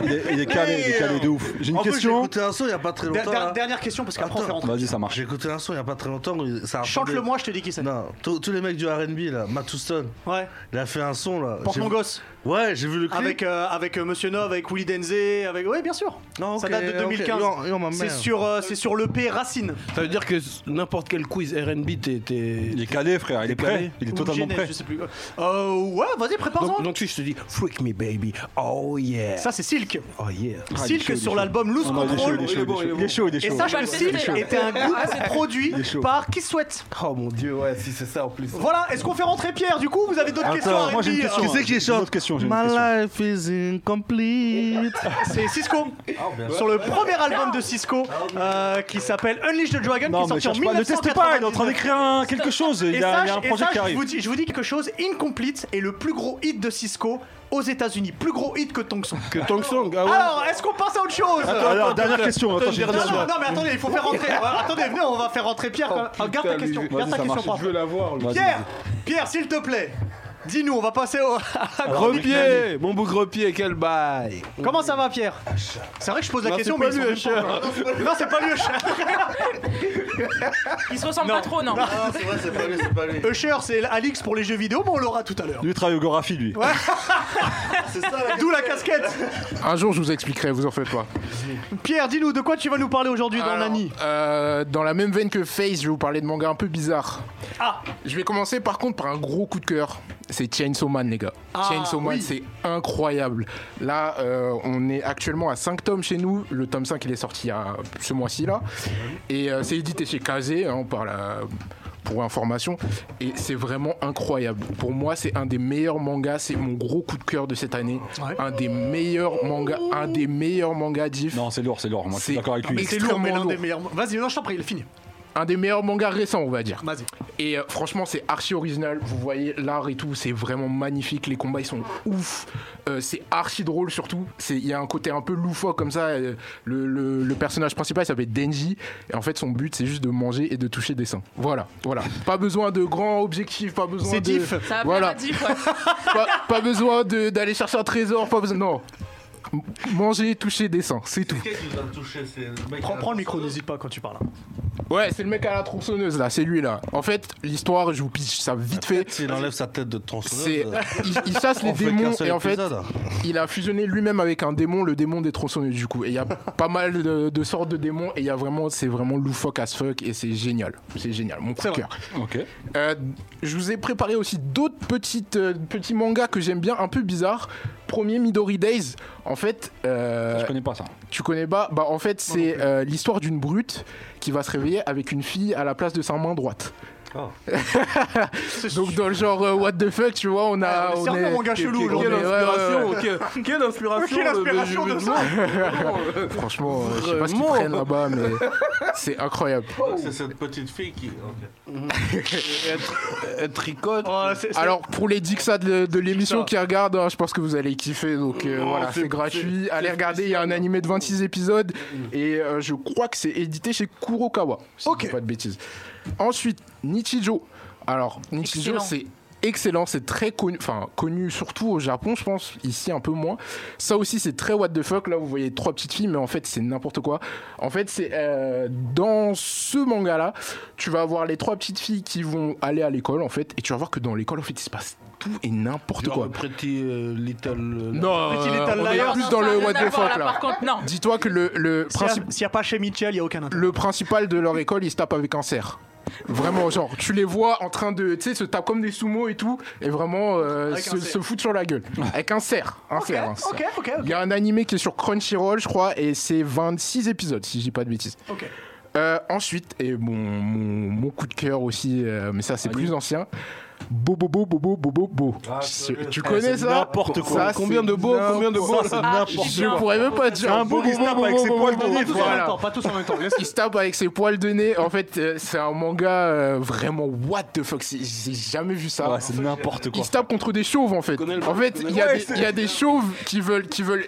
S2: non, il, est, il est calé, il est calé de ouf. J'ai une
S6: En plus, J'ai
S2: question.
S6: écouté un son il n'y a pas très
S1: der-
S6: longtemps. hein. Bah,
S1: der-
S6: là.
S1: dernière question, parce qu'après, on fait
S6: Attends.
S1: rentrer.
S2: Vas-y, ça marche.
S6: J'ai écouté un son il n'y a pas très longtemps. ça a
S1: Chante-le moi, je te dis qui c'est.
S6: Non, tous tous les mecs du RB là, Matouston,
S1: Ouais.
S6: il a fait un son là.
S1: Porte
S6: J'ai
S1: mon
S6: vu-
S1: gosse.
S6: Ouais, j'ai vu le clip.
S1: Avec, euh, avec euh, Monsieur Nov, avec Willy Denzé, avec. Oui, bien sûr.
S2: Ah,
S6: Non,
S1: Ça
S6: ok,
S1: date de
S6: ok.
S1: 2015.
S6: Non, non, ma
S1: C'est
S6: mère.
S1: sur, euh, c'est sur l'EP Racine.
S3: Ça veut dire que s- n'importe quel quiz RB, t'es. t'es-
S2: Il est calé, frère, il est prêt.
S3: calé.
S2: Il est
S1: Ou
S2: totalement
S1: Genèse,
S2: prêt.
S1: Je sais plus. Euh, ouais, vas-y,
S3: Donc,
S1: prépare-en.
S3: donc si je te dis, freak me baby, oh yeah.
S1: Ça, c'est Silk.
S3: Oh yeah.
S2: Ah, il est
S1: Silk
S2: chaud, il est
S1: sur
S2: chaud.
S1: l'album Loose
S2: Ah, non, il est chaud,
S1: Control.
S2: il est chaud, il est chaud, il est chaud, il est
S1: Et
S2: chaud. Ah,
S1: sache que Silk
S5: chaud.
S1: était un groupe produit
S2: Il est chaud.
S1: par qui souhaite.
S3: Oh mon dieu, ouais, si c'est ça en plus.
S1: Voilà, est-ce qu'on fait rentrer Pierre Du coup, vous avez d'autres
S2: Attends,
S1: questions à
S2: moi, j'ai une
S1: Rémi,
S2: question.
S1: hein
S6: Qui c'est qui
S2: J'ai euh, une autre
S6: chante
S2: question, j'ai une
S6: My
S2: question.
S6: life is incomplete.
S1: C'est Cisco. Sur le premier album de Cisco euh, qui s'appelle Unleash the Dragon
S2: Non,
S1: qui est
S2: mais
S1: sorti en
S2: cherche pas, ne teste pas, il est en train
S1: 1999.
S2: d'écrire un- quelque chose. Il y a,
S1: Et
S2: il y a
S1: sache-
S2: un
S1: et
S2: projet
S1: sache,
S2: qui
S1: Je
S2: arrive.
S1: vous, dis, je vous dis quelque chose, Incomplete est le plus gros hit de Cisco aux États-Unis, plus gros hit que Tong Song.
S3: Que Tong Song, ah ouais.
S1: Alors, est-ce qu'on passe à autre chose
S2: Alors, dernière question, attends, j'ai une
S1: non, non,
S2: question.
S1: non, mais attendez, il faut faire rentrer. Ouais, attendez, venez, on va faire rentrer Pierre. quand même. Ah, garde ta
S4: putain,
S1: question,
S4: lui,
S1: garde
S2: vas-y,
S1: ta
S2: ça
S1: question.
S2: marche.
S1: propre.
S4: Je veux la voir. lui.
S2: Vas-y,
S1: Pierre, Pierre, s'il te plaît, dis-nous, on va passer au. à la grande
S3: Repied, mon bouc repied, quel bail.
S1: Comment ça va, Pierre C'est vrai que je pose la
S3: Non,
S1: question,
S3: c'est
S1: mais
S3: pas
S1: ils
S3: lui,
S1: sont même pas- non, c'est pas lui, Usher.
S5: Ils se ressemblent pas trop, non.
S6: Ah, c'est vrai, c'est pas lui, c'est pas lui.
S1: Usher, c'est Alix pour les jeux vidéo, mais on l'aura tout à l'heure.
S2: Lui, il travaille au Gorafi, lui.
S6: C'est ça la
S1: D'où la casquette.
S7: Un jour, je vous expliquerai, vous en faites pas.
S1: Pierre, dis-nous, de quoi tu vas nous parler aujourd'hui dans
S7: Alors,
S1: Nani
S7: euh, Dans la même veine que Face, je vais vous parler de manga un peu bizarre.
S1: Ah.
S7: Je vais commencer par contre par un gros coup de cœur. C'est Chainsaw Man, les gars.
S1: Ah,
S7: Chainsaw Man,
S1: oui.
S7: c'est incroyable. Là, euh, on est actuellement à 5 tomes chez nous. Le tome 5, il est sorti il y a- ce mois-ci, là. Et euh, c'est édité chez Kazé, hein, par la- pour information. Et c'est vraiment incroyable. Pour moi, c'est un des meilleurs mangas. C'est mon gros coup de cœur de cette année.
S1: Ouais.
S7: Un des meilleurs mangas. Un des meilleurs mangas, Diff.
S2: Non, c'est lourd, c'est lourd. Moi, je suis
S7: C'est-
S2: d'accord avec
S7: Mais
S2: lui.
S7: c'est-
S1: C'est lourd, mais l'un
S7: extrêmement
S1: des meilleurs. Vas-y, non, je t'en prie, il est fini.
S7: Un des meilleurs mangas récents, on va dire.
S1: Vas-y.
S7: Et euh, franchement, c'est archi original. Vous voyez l'art et tout, c'est vraiment magnifique. Les combats, ils sont ouf. Euh, c'est archi drôle surtout. C'est- Il y a un côté un peu loufoque comme ça. Euh, Le, le- le personnage principal, il s'appelle Denji. Et en fait, son but, c'est juste de manger et de toucher des seins. Voilà, voilà. Pas besoin de grands objectifs, pas besoin
S1: C'est
S7: de...
S1: diff.
S5: Ça va
S7: Voilà.
S5: voilà. pas dire, ouais.
S7: Pas, pas besoin de- d'aller chercher un trésor, pas besoin... Non. M- Manger, toucher des seins, c'est tout.
S6: qui nous a touché, c'est le mec.
S1: Prends, prends le micro, n'hésite pas quand tu parles.
S7: Ouais, c'est le mec à la tronçonneuse, là, c'est lui, là. En fait, l'histoire, je vous pitch ça vite
S5: Ah,
S7: fait.
S6: S'il enlève sa tête de tronçonneuse.
S7: C'est, il, il chasse les
S6: on fait
S7: démons
S6: qu'un seul
S7: et en fait,
S6: épisode.
S7: il a fusionné lui-même avec un démon, le démon des tronçonneuses du coup. Et il y a pas mal de, de sortes de démons et il y a vraiment, c'est vraiment loufoque as fuck et c'est génial. C'est génial, mon coup
S1: C'est
S7: de
S1: vrai.
S7: cœur.
S2: Ok.
S7: Euh, je vous ai préparé aussi d'autres petites, euh, petits mangas que j'aime bien, un peu bizarres. Premier Midori Days, en fait, euh,
S2: Je connais pas ça.
S7: tu connais pas Bah en fait, c'est euh, l'histoire d'une brute qui va se réveiller avec une fille à la place de sa main droite.
S1: C'est
S7: Donc dans le genre euh, what the fuck, tu vois, on a,
S1: Ah, on est
S7: on
S1: sérieux,
S7: est-
S1: manga chelou,
S7: on est-
S1: aujourd'hui.
S3: Quelle
S7: ouais, ouais, ouais.
S3: inspiration, que- quelle inspiration,
S1: Quelle inspiration de
S3: le- le-
S1: ça
S7: Franchement, euh, je sais pas ce qu'ils
S3: Vraiment
S7: prennent là-bas, mais c'est incroyable.
S6: Donc, C'est cette petite fille qui.
S3: Elle Euh, tricote.
S1: Ouais, c'est- c'est-
S7: Alors, pour les Dixas de, de l'émission qui regardent, hein, je pense que vous allez kiffer. Donc euh, voilà, c'est gratuit. Allez regarder, il y a un animé de 26 épisodes. Et euh, je crois que c'est édité chez Kurokawa. Si
S1: Ok.
S7: je dis pas de bêtises. Ensuite, Nichijo. Alors, Nichijo,
S5: Excellent.
S7: c'est excellent, c'est très connu, enfin connu surtout au Japon, je pense, ici un peu moins. Ça aussi, c'est très what the fuck. Là, vous voyez trois petites filles, mais en fait, c'est n'importe quoi. En fait, c'est euh, dans ce manga-là, tu vas avoir les trois petites filles qui vont aller à l'école, en fait, et tu vas voir que dans l'école, en fait, il se passe tout et n'importe quoi.
S3: Genre Pretty euh, Little. euh,
S7: Non,
S1: Petit Little
S7: on est
S1: Liars.
S7: plus
S5: Non,
S7: dans
S5: ça
S7: le
S5: n'a
S7: what
S5: rien à
S7: the
S5: voir,
S7: fuck
S5: là, Par
S7: là.
S5: contre, non.
S7: Dis-toi que le, le
S1: S'il y a-
S7: principe-
S1: s'il n'y a, pas chez Mitchell, il n'y a aucun intérêt.
S7: le principal de leur école, il se tape avec un cerf. Vraiment, genre, tu les vois en train de, tu sais, se taper comme des sumo et tout, et vraiment euh,
S1: Avec un
S7: se,
S1: cerf.
S7: se foutre sur la gueule. Avec un cerf. Un cerf. un cerf.
S1: Ok, ok,
S7: Il
S1: ok.
S7: y a un animé qui est sur Crunchyroll, je crois, et c'est 26 épisodes, si je dis pas de bêtises.
S1: ok.
S7: Euh, ensuite, et mon, mon, mon coup de cœur aussi, euh, mais ça c'est plus ancien. Bobo, bobo, bobo, bobo, bo.
S6: Ah,
S7: Tu- tu connais ça
S6: Eh, N'importe quoi.
S3: Ah,
S7: Ça,
S6: combien
S7: c'est
S6: de beaux, combien
S1: oh,
S6: de beaux.
S2: n'importe quoi.
S5: Ah,
S6: n'importe
S5: je
S7: Je
S5: viens.
S7: pourrais même pas dire.
S2: un beau qui se tape avec ses poils de nez.
S1: Tous en
S7: Voilà.
S1: même temps, pas tous en même temps. laisse-
S7: Il se tape avec ses poils de nez. En fait, euh, c'est un manga euh, vraiment what the fuck. c'est- J'ai jamais vu ça.
S2: Ouais, c'est n'importe quoi.
S7: Il se tape contre des chauves en fait. En fait, il y, a
S2: Ouais,
S7: des-
S2: c'est-
S7: il y a des chauves qui veulent, qui veulent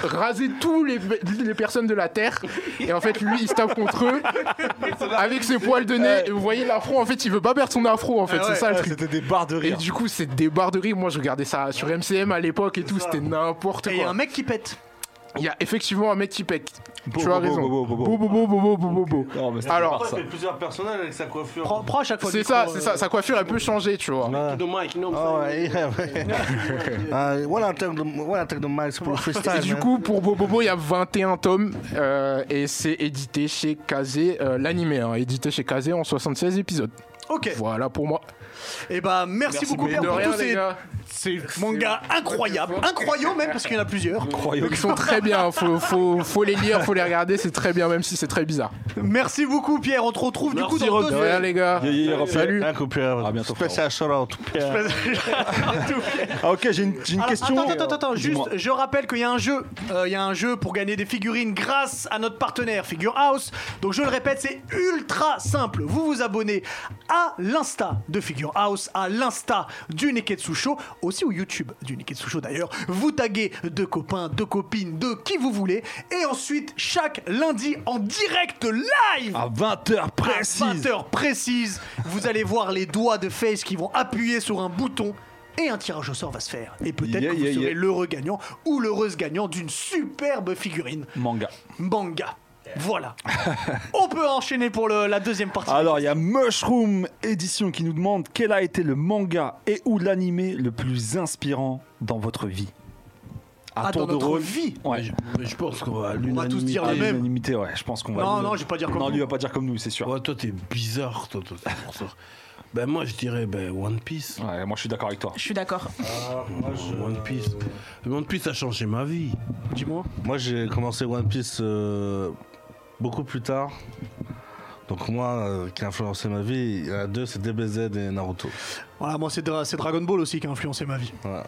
S7: raser tous les, les personnes de la terre. Et en fait, lui, il se tape contre eux avec ses poils de nez. Et vous voyez l'afro. En fait, il veut pas perdre son afro. En
S1: Ah
S7: fait, c'est ça le
S2: Ouais,
S7: truc.
S2: C'était des barres de
S7: Et
S2: rire.
S7: du coup, c'est des barres de rire. Moi, je regardais ça sur MCM à l'époque et tout. C'était n'importe
S1: Et il y a un
S7: quoi.
S1: mec qui pète.
S7: Il y a effectivement un mec qui pète.
S2: Beau,
S7: Tu as
S2: beau,
S7: raison.
S2: beau, beau, beau,
S7: Beau, beau, beau, beau, beau, beau, beau.
S2: Non, mais c'est
S7: Alors,
S2: bizarre, ça.
S6: plusieurs personnages avec sa coiffure.
S1: Prends, prends à chaque fois. le
S7: C'est
S1: micro,
S7: ça,
S1: euh,
S7: c'est ça. Sa coiffure, elle peut changer, tu vois.
S3: The mic, no,
S6: Oh, yeah, man. uh, wanna take the wanna take the mics for first time.
S7: Et du
S6: man.
S7: coup, pour Bobobo, il y a 21 tomes euh, et c'est édité chez Kazé, euh, l'animé, hein, édité chez Kazé en 76 épisodes.
S1: euh, Ok.
S7: Voilà pour moi.
S1: Et bah merci, beaucoup Pierre pour tous ces,
S7: gars.
S1: ces mangas incroyables, incroyaux même parce qu'il y en a plusieurs.
S7: Ils sont très bien, hein. faut, faut, faut les lire, faut les regarder, c'est très bien, même si c'est très bizarre.
S1: Merci beaucoup Pierre. On te retrouve du coup dans
S7: De
S1: deux
S7: rien, les gars.
S2: Yeah, yeah, yeah,
S7: Salut.
S6: Thank you, Pierre.
S2: À bientôt,
S6: Special shout out to Pierre.
S2: Ah, ok, j'ai une, j'ai une
S1: Alors,
S2: question.
S1: Attends, attends, attends, attends, juste,
S2: Dis-moi.
S1: je rappelle qu'il y a un jeu. Euh, il y a un jeu pour gagner des figurines grâce à notre partenaire Figure House. Donc je le répète, c'est ultra simple. Vous vous abonnez à l'Insta de Figure House, à l'Insta du Neketsu Show, aussi au YouTube du Neketsu Show d'ailleurs. Vous taguez deux copains, deux copines, de qui vous voulez. Et ensuite, chaque lundi en direct live
S2: À 20h précise.
S1: euh, à 20 heures précises, vous allez voir les doigts de Face qui vont appuyer sur un bouton et un tirage au sort va se faire. Et peut-être
S2: Yeah,
S1: que vous
S2: yeah,
S1: serez
S2: yeah.
S1: l'heureux gagnant ou l'heureuse gagnant d'une superbe figurine
S2: Manga.
S1: manga. Voilà. On peut enchaîner pour le- la deuxième partie.
S2: Alors, il y a Mushroom Édition qui nous demande quel a été le manga et ou l'animé le plus inspirant dans votre vie
S1: Ah, dans notre vie.
S2: Ouais.
S3: Mais je pense qu'on va à
S1: On va tous
S3: l'unanimité.
S1: dire la
S2: À
S1: même.
S2: l'unanimité, ouais, je pense qu'on va.
S1: Non, non, je vais pas dire comme
S2: Non,
S1: vous.
S2: lui va pas dire comme nous, c'est sûr.
S3: Ouais, Ah, toi, t'es bizarre, toi, toi, c'est pour ça. Ben, moi, je dirais ben, One Piece.
S2: Ouais, moi je suis d'accord avec toi.
S5: Je suis d'accord.
S3: One Piece. One Piece a changé ma vie.
S1: Dis-moi.
S6: Moi, j'ai commencé One Piece euh, beaucoup plus tard. Donc moi, euh, qui a influencé ma vie, il y en a deux, c'est DBZ et Naruto.
S1: Voilà, moi c'est Dra- c'est Dragon Ball aussi qui a influencé ma vie.
S6: Voilà.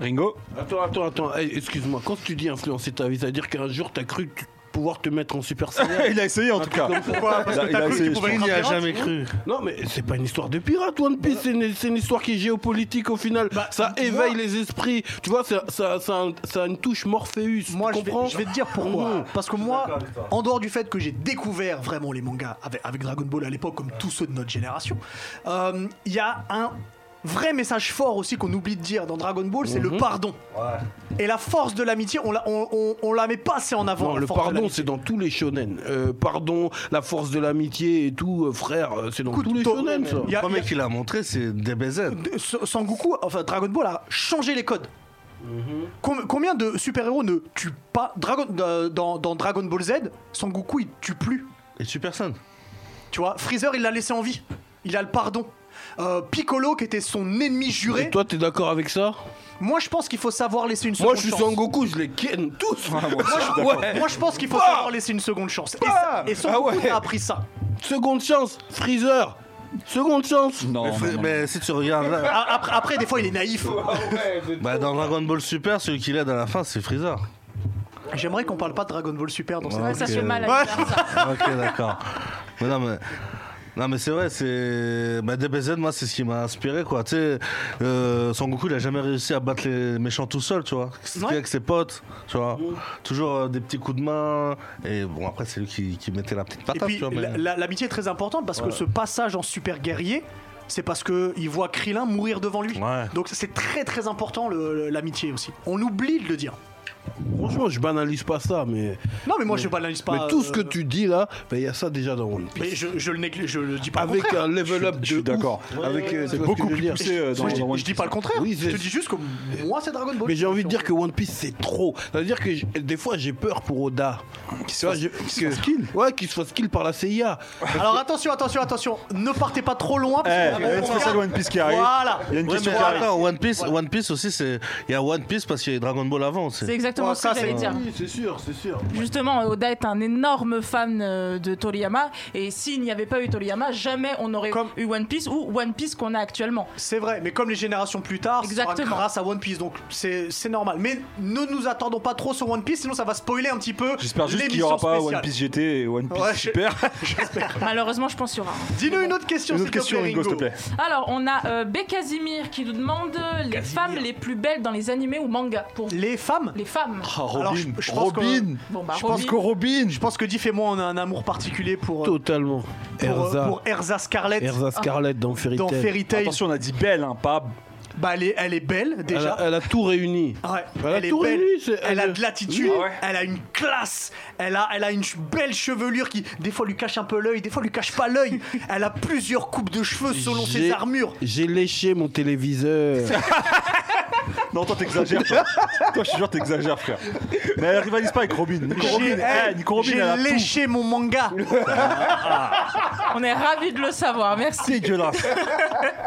S2: Ringo
S3: Attends, attends, attends. Hey, Excuse-moi, quand tu dis influencer ta vie, ça veut dire qu'un jour, t'as cru tu- pouvoir te mettre en Super Saiyan
S2: Il a essayé en tout cas.
S1: Pourquoi Parce
S2: Il a-
S1: que
S2: il a
S1: t'as cru que tu
S2: essayé, je
S1: pouvais
S6: Il
S1: être
S6: n'y
S1: un
S6: a
S1: pirate
S6: jamais cru.
S3: Non, mais c'est pas une histoire de pirate, One Piece. C'est une, c'est une histoire qui est géopolitique au final.
S1: Bah,
S3: ça éveille les esprits. Tu vois, ça, ça, ça, ça a une touche Morpheus.
S1: Moi,
S3: tu
S1: je vais,
S3: comprends
S1: je vais te dire
S3: Oh.
S1: pourquoi. Parce que moi, en dehors du fait que j'ai découvert vraiment les mangas avec, avec Dragon Ball à l'époque, comme tous ceux de notre génération, euh, il y a un vrai message fort aussi qu'on oublie de dire dans Dragon Ball, c'est
S3: Mhm.
S1: le pardon. Et la force de l'amitié, on la, on, on- on la met pas assez en avant.
S3: Non,
S1: la
S3: le
S1: force de
S3: pardon,
S1: l'amitié.
S3: c'est dans tous les shonen. Euh, pardon, la force de l'amitié et tout, euh, frère, euh, c'est dans
S1: Écoute,
S3: tous les
S1: toi-
S3: shonen, ça.
S1: Il y
S6: Le
S1: a-
S6: premier qui l'a montré, c'est DBZ.
S1: De- S- Sangoku, enfin Dragon Ball a changé les codes. Com- combien de super-héros ne tuent pas Dragon, euh, dans, dans Dragon Ball Z, Sangoku il tue plus.
S6: Et tu personne.
S1: Tu vois, Freezer, il l'a laissé en vie. Il a le pardon. Euh, Piccolo, qui était son ennemi juré.
S3: Et toi, t'es d'accord avec ça
S1: Moi, je pense qu'il faut savoir laisser une seconde
S3: Moi,
S1: chance.
S3: je suis Sangoku, je les ken tous. Ouais.
S1: Moi, je pense qu'il
S3: Bah
S1: faut savoir laisser une seconde chance. Et, ça, et Son
S3: Ah
S1: Goku a appris ça.
S3: Seconde chance, Freezer. Seconde chance.
S2: Non,
S6: mais,
S2: non,
S6: fr-
S2: non.
S6: mais si tu regardes là,
S1: A- Ah, Après, après, des fois, il est naïf.
S6: bah, dans Dragon Ball Super, celui qui l'aide à la fin, c'est Freezer.
S1: J'aimerais qu'on parle pas de Dragon Ball Super dans cette
S5: Ouais, ça
S6: ok.
S5: fait mal à dire ça.
S6: ok, d'accord. Mais non, mais. Non mais c'est vrai, c'est bah, DBZ moi c'est ce qui m'a inspiré quoi. Tu sais, euh, Son Goku il a jamais réussi à battre les méchants tout seul, tu vois. C'était
S1: Ouais.
S6: avec ses potes, tu vois. Toujours euh, des petits coups de main et bon après c'est lui qui, qui mettait la petite
S1: Et
S6: patate,
S1: puis,
S6: tu vois. mais-
S1: la- la- l'amitié est très importante parce que ce passage en super guerrier, c'est parce que il voit Krillin mourir devant lui.
S6: Ouais.
S1: Donc, c'est très très important le- le- l'amitié aussi. On oublie de le dire.
S3: Franchement, je banalise pas ça, mais.
S1: Non, mais moi, je banalise pas.
S3: mais tout ce que
S1: euh,
S3: tu dis là, ben, il y a ça déjà dans One Piece.
S1: Mais je, je le, néglige- je le dis pas le
S3: Avec
S1: contraire.
S3: un level up de.
S2: Je suis
S3: ouf.
S2: d'accord.
S3: Avec, euh,
S2: C'est
S3: tu vois ce que
S2: beaucoup
S3: je veux
S2: plus
S3: dire
S2: poussé euh, dans,
S1: Moi, je, dis-
S2: dans One
S1: je dis pas le contraire.
S3: Oui,
S1: je te
S3: c'est-
S1: dis juste que moi, c'est Dragon Ball.
S3: Mais j'ai envie de dire que One Piece c'est trop. C'est-à-dire que j- des fois j'ai peur pour Oda. Qu'il se fasse, kill Ouais, qu'il se fasse kill par la CIA.
S1: Alors attention, attention, attention. Ne partez pas trop loin.
S2: Eh,
S1: Parce que-
S2: il y a un spécial One Piece qui arrive.
S1: Voilà.
S2: Il y a une
S6: Ouais,
S2: question
S6: mais
S2: qui arrive.
S6: attends, One Piece, One Piece aussi, c'est. Il y a One Piece parce qu'il y a Dragon Ball avant.
S5: C'est
S6: C'est
S5: exactement
S1: Ouais,
S5: ce
S1: ça,
S5: que j'allais
S1: c'est-
S5: dire.
S4: Oui, c'est sûr, c'est sûr.
S5: Justement, Oda est un énorme fan euh, de Toriyama et s'il n'y avait pas eu Toriyama, jamais on n'aurait
S1: Comme-
S5: eu One Piece ou One Piece qu'on a actuellement.
S1: C'est vrai, mais comme les générations plus tard, ce sera
S5: Exactement.
S1: grâce à One Piece, donc c'est c'est normal. Mais ne nous attendons pas trop sur One Piece, sinon ça va spoiler un petit peu.
S2: J'espère juste qu'il n'y aura
S1: l'émission
S2: pas
S1: spéciale.
S2: One Piece GT et One Piece
S1: Ouais, je-
S2: Super.
S5: Malheureusement, je pense qu'il y aura.
S1: Dis-nous une autre question,
S2: Une
S1: s'il
S2: autre
S1: te
S2: question,
S1: plaît,
S2: Ringo, s'il te plaît.
S5: Alors, on a euh, B. Casimir qui nous demande euh, les femmes les plus belles dans les animés ou mangas pour
S1: Les femmes
S5: les femmes.
S2: Ah,
S1: Alors, je, je pense que,
S5: Bon, bah,
S1: je pense
S5: Robin.
S1: qu'au Robin, je pense que Diff et moi on a un amour particulier pour euh,
S3: Totalement.
S1: pour, euh,
S3: Erza,
S1: pour Erza Scarlett
S3: Erza Scarlett dans Fairy
S1: dans
S3: Tail.
S1: Fairy Tail.
S2: Attention, on a dit belle, hein, pas.
S1: Bah elle est, elle est belle
S3: Elle
S1: déjà.
S3: a, elle a tout réuni.
S1: Ouais,
S3: Elle a
S1: elle est
S3: tout
S1: belle,
S3: réuni, c'est-
S1: elle
S3: elle
S1: a
S3: est-
S1: de l'attitude,
S2: Ah ouais.
S1: elle a une classe, elle a, elle a une ch- belle chevelure qui des fois lui cache un peu l'œil, des fois lui cache pas l'œil. elle a plusieurs coupes de cheveux selon ses
S3: J'ai-
S1: armures.
S3: J'ai léché mon téléviseur.
S2: Non, toi, t'exagères. toi, Toi, je te jure, t'exagères, frère. Mais elle rivalise pas avec Robin. Nico Robin,
S1: J'ai-
S2: eh, Nico Robin, elle
S1: J'ai
S2: a tout.
S1: léché mon manga.
S5: On est ravis de le savoir, merci.
S2: Dégueulasse.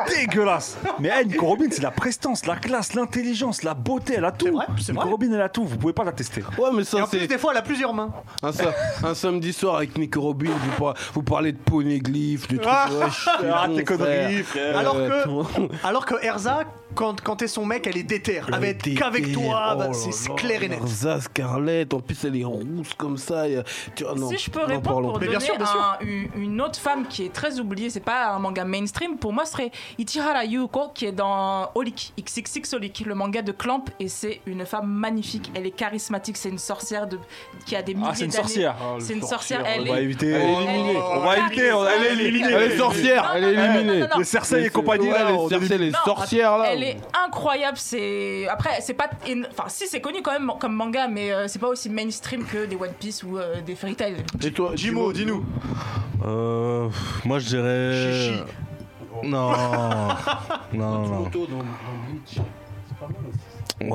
S2: Dégueulasse. Mais eh, Nico Robin, c'est la prestance, la classe, l'intelligence, la beauté, elle a tout.
S1: vrai, c'est
S2: Nico
S1: vrai.
S2: Robin, elle a tout. Vous pouvez pas la tester.
S3: Ouais, mais
S1: Et
S3: ça
S1: en plus,
S3: c'est
S1: des fois, elle a plusieurs mains.
S3: un, sa- un samedi soir avec Nick Robin. Vous, par- vous parlez de poneglyphes, de trucs.
S1: Ah.
S3: ouais, je suis
S2: Ah,
S3: con,
S2: tes conneries,
S3: Euh,
S2: frère.
S1: Alors
S3: attends.
S1: que, alors que Erza, quand, quand t'es son mec, elle est déter. Elle va être
S3: Déter.
S1: qu'avec toi,
S3: Oh
S1: bah,
S3: là
S1: c'est
S3: là,
S1: c'est clair et net.
S3: Erza Scarlett, en plus elle est rousse comme ça. et, euh, tu vois, non,
S5: si je peux
S3: n'en
S5: répondre
S3: parlons
S5: pour
S3: pas.
S1: Mais
S5: donner
S1: bien sûr, bien sûr.
S5: un- une- une autre femme qui est très oubliée, c'est pas un manga mainstream, pour moi ce serait Itihara Yuko qui est dans Olik, XXX Olik, le manga de Clamp, et c'est une femme magnifique, elle est charismatique, c'est une sorcière de, qui a des milliers
S2: Ah, c'est une
S5: d'années.
S2: sorcière.
S5: C'est une sorcière,
S2: On
S5: elle
S2: va
S5: est...
S2: éviter.
S5: elle est
S2: On va éviter. on- Elle est
S5: charismatique.
S2: éliminée.
S7: Elle est sorcière, elle est
S5: Non, non, non,
S7: éliminée.
S5: non, non, non.
S2: Les Cersei et compagnie,
S7: Ouais,
S2: là,
S7: les
S2: on
S7: Cersei,
S2: élimine.
S7: les
S5: Non,
S7: sorcières là.
S5: Elle est incroyable, c'est après c'est pas une- enfin si c'est connu quand même comme manga mais euh, c'est pas aussi mainstream que des One Piece ou euh, des Fairy Tail.
S3: Et toi,
S1: Jimo, dis-nous.
S6: Euh, moi, je dirais. Non. non, non.
S3: Pluto dans- dans Bleach. C'est pas mal aussi.
S6: Ouais.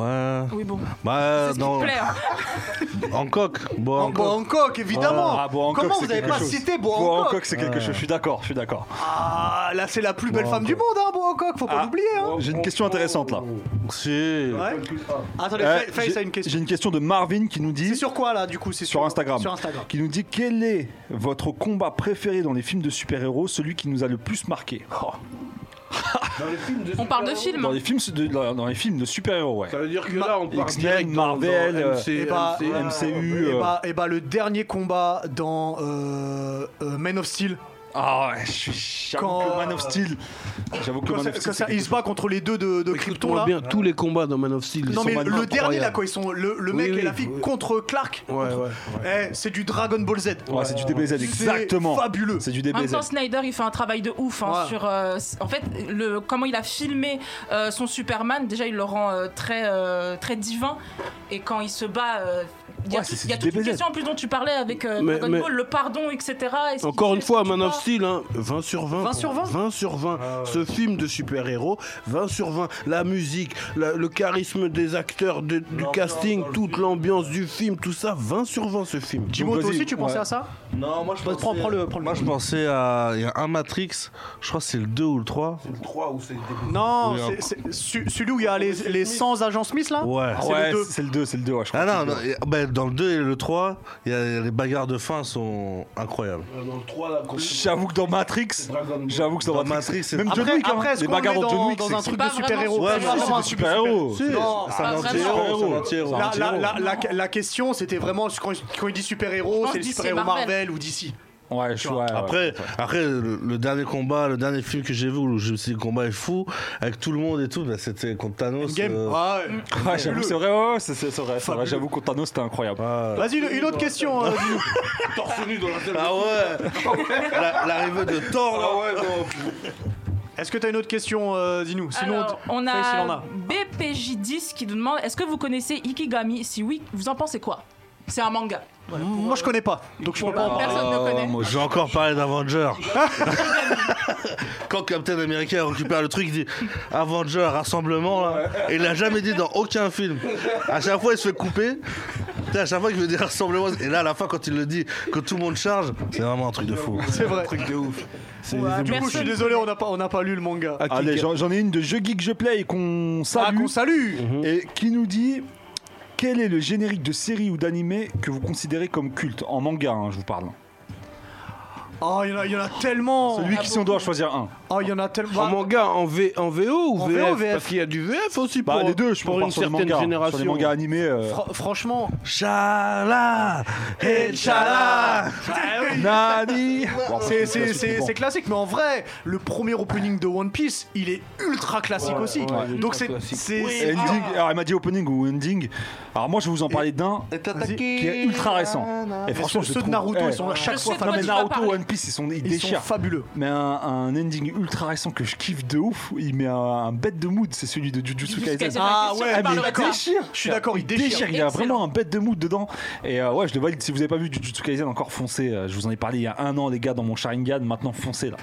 S5: Oui bon,
S6: Bah,
S5: c'est ce qui
S6: non.
S5: te plaît. hein.
S6: Hancock. Bon,
S1: Oh, Bon,
S6: Hancock.
S1: Hancock, évidemment.
S2: Ah, bon, Hancock,
S1: Comment
S2: c'est
S1: vous avez
S2: quelque
S1: pas
S2: chose.
S1: cité Bon
S2: Bon,
S1: Hancock
S2: Hancock, c'est quelque chose. Je suis d'accord, je suis d'accord.
S1: Ah, là, c'est la plus belle femme du monde, hein, Bon Hancock, faut pas
S2: Ah.
S1: l'oublier. Hein.
S2: J'ai une question intéressante là.
S6: Si.
S1: Ouais. Attendez,
S2: Euh,
S1: Faye- Faye,
S2: j'ai-
S1: ça a une question.
S2: J'ai une question de Marvin qui nous
S1: C'est
S2: dit
S1: sur quoi là du coup C'est
S2: sur Instagram,
S1: Sur Instagram.
S2: qui nous dit quel est votre combat préféré dans les films de super-héros, celui qui nous a le plus marqué. Oh.
S5: On parle de film. hein.
S2: Dans les films de, dans dans les films de super-héros, ouais.
S3: Ça veut dire que là on parle
S2: X-Men,
S3: direct dans- dans
S2: Marvel, euh,
S3: MC,
S1: Et bah,
S3: MC.
S2: MCU.
S1: Et
S2: euh,
S1: bah, et bah, le dernier combat dans euh, euh, Man of Steel,
S2: Ah ouais, je suis- j'avoue
S1: Quand- euh,
S2: que Man of Steel. J'avoue que
S1: quand,
S2: Man
S1: ça,
S2: of
S1: quand
S2: Steel.
S1: ça-
S2: c'est
S1: il se bat contre les deux de, de Krypton
S3: Écoute-moi
S1: là.
S3: bien, tous les combats dans Man of Steel. ils
S1: Non
S3: sont
S1: mais le
S3: magnifiques.
S1: dernier là quand ils sont le, le
S3: Oui,
S1: mec et
S3: oui,
S1: la fille
S3: oui.
S1: contre Clark.
S3: Ouais, ouais. ouais.
S1: Eh, c'est du Dragon Ball Z.
S2: Ouais, c'est du DBZ,
S1: C'est
S2: exactement.
S1: fabuleux.
S2: C'est du
S5: En même
S2: DBZ.
S5: temps, Snyder, il fait un travail de ouf hein,
S1: Voilà.
S5: sur, euh, c- en fait, le comment il a filmé euh, son Superman. Déjà, il le rend euh, très, euh, très divin. Et quand il se bat, euh, il y a,
S2: Ouais,
S5: tout-
S2: c'est- c'est
S5: il y a
S2: du
S5: toute une
S2: DBZ.
S5: question en plus dont tu parlais avec euh,
S3: Mais-
S5: Dragon
S3: mais-
S5: Ball, le pardon, etc. Est-ce qu'il
S3: Encore
S5: fait,
S3: une
S5: est-ce
S3: fois,
S5: qu'il
S3: Man of
S5: fait
S3: Steel, hein, 20 sur 20.
S1: 20 sur 20.
S3: 20 sur 20.
S2: Ah
S3: Ce film de super-héros, 20 sur 20. La musique, la- le charisme des acteurs, de- du casting, toute l'ambiance du film, tout ça, 20 sur 20 ce film.
S1: Jimo,
S2: Donc,
S1: toi
S2: vas-y,
S1: aussi tu pensais
S2: ouais.
S1: à ça
S6: Non, moi je
S1: Bah, prends- prends le- prends le-
S6: Moi je pensais à. Il y a un Matrix, je crois que c'est le 2 ou le 3.
S1: Non,
S6: Oui,
S1: c'est- c'est ce- celui où il y a les, les 100 agents Smith là
S6: Ouais.
S1: C'est
S2: hein. Ah Ouais,
S1: le deux.
S2: c'est le 2, c'est le 2, ouais, je crois.
S6: Ah non,
S2: que
S6: non,
S2: c'est le deux.
S6: et- bah, dans le 2 et le 3, il y a- les bagarres de fin sont incroyables.
S2: euh,
S3: Dans le 3, là,
S2: J'avoue que dans Matrix, j'avoue que dans,
S6: Dans
S2: Matrix,
S6: Matrix, c'est-
S2: même John
S1: Après-
S2: Wick, hein,
S1: après, est-ce
S2: les
S1: qu'on le
S2: bagarres
S1: met
S2: dans
S1: dans-
S2: John Wick,
S1: dans
S2: c'est-
S1: un
S2: c'est
S1: truc de
S5: pas vraiment
S1: super-héros C'est
S5: super- Ouais,
S1: pas
S5: mais
S1: vraiment un
S6: c'est
S1: truc
S6: du
S1: de
S6: super-héros.
S1: super-héros. Non,
S6: C'est un
S5: Ah,
S6: anti-héros,
S5: vraiment.
S6: c'est un anti-héros.
S1: La,
S6: c'est un
S1: la-
S6: anti-héros.
S1: la- la- la question, c'était vraiment quand, quand il dit super-héros,
S5: pense
S1: c'est les
S5: DC,
S1: super-héros Marvel.
S5: Marvel.
S1: ou DC.
S2: Ouais, je ouais,
S1: Ah
S2: ouais.
S6: Après, après le, le dernier combat, le dernier film que j'ai vu où je me suis dit le combat est fou, avec tout le monde et tout, bah, c'était contre Thanos.
S1: Game.
S6: euh,
S1: Ouais.
S2: Ouais, Ah, j'avoue, c'est vrai, ouais, ouais, c'est c'est- c'est vrai, c'est vrai.
S1: Fabuleux.
S2: J'avoue, contre Thanos, c'était incroyable.
S1: Vas-y, une, une autre question. euh, dis-nous.
S6: Ah ouais
S3: Ah,
S6: La- L'arrivée de Thor là
S1: Est-ce que t'as une autre question, euh, dis-nous Sinon,
S5: Alors, on
S1: Faye, s'il en
S5: a
S1: a.
S5: B. PJ10 qui nous demande est-ce que vous connaissez Ikigami Si oui, vous en pensez quoi C'est un manga.
S1: Moi, je connais pas, donc je peux pas. en parler.
S5: Personne ne connaît.
S6: J'ai encore parlé d'Avenger. Quand Captain America récupère le truc, il dit Avenger, rassemblement, là. Et il l'a jamais dit dans aucun film. À chaque fois, il se fait couper. Putain, À chaque fois, il veut dire rassemblement. Et là, à la fin, quand il le dit, que tout le monde charge, c'est vraiment un truc de fou.
S1: C'est vrai.
S3: Truc de ouf. C'est
S5: Ouais,
S1: Du coup, je suis
S5: personne-
S1: désolé, on n'a pas, on n'a pas lu le manga.
S2: Allez, j'en j'en ai une de jeu geek je play Ah, qu'on
S1: Ah,
S2: salue
S1: qu'on salue
S2: et qui nous dit quel est le générique de série ou d'animé que vous considérez comme culte en manga hein, je vous parle.
S1: Oh, il y en a, il y en a tellement
S2: Celui qui si on doit choisir un.
S1: Oh, il y en a tellement
S3: En manga, Ah, en, v, en VO ou
S1: En
S3: VF,
S1: VO, VF.
S3: Parce qu'il y a du VF aussi
S2: Bah
S3: pour,
S2: les deux, je
S3: pour
S2: peux
S3: une
S2: partir sur les
S3: certaine
S2: mangas, hein,
S3: génération.
S2: sur les mangas animés. euh.
S1: Fra- Bah, franchement,
S6: Chala Chala
S2: Nani Bon,
S1: c'est-
S2: c'est
S1: c'est
S2: classique,
S1: c'est-
S2: bon.
S1: c'est classique, mais en vrai, le premier opening de One Piece, il est ultra classique aussi.
S3: ouais,
S1: Donc
S3: ultra
S1: c'est-
S3: classique.
S1: c'est c'est-
S2: Ending, alors elle m'a dit opening ou ending. Alors moi je vais vous en parler d'un qui est ultra récent. Et
S1: Mais
S2: franchement,
S1: ceux,
S2: je
S1: ceux de
S2: trouve-
S1: Naruto,
S2: eh,
S1: ils sont à chaque
S5: Je
S1: fois
S5: sais de
S2: Non
S5: quoi
S2: mais
S5: tu vas
S2: Naruto,
S5: parler.
S2: One Piece, ils sont ils
S1: ils
S2: déchirent.
S1: sont fabuleux.
S2: Mais un, un ending ultra récent que je kiffe de ouf, il met un, un bête de mood, c'est celui de Jujutsu
S5: Jujutsu
S2: Kaisen.
S5: Kaisen. Ah ouais,
S2: mais
S5: parle
S2: il
S5: de ça.
S2: déchire
S1: Je suis d'accord, il déchire.
S2: il y a
S5: Excellent.
S2: vraiment un bête de mood dedans. Et euh, ouais, je le valide. Si vous n'avez pas vu Jujutsu Kaisen, encore foncez. Euh, Je vous en ai parlé il y a un an, les gars, dans mon Sharingan. Maintenant, foncez là.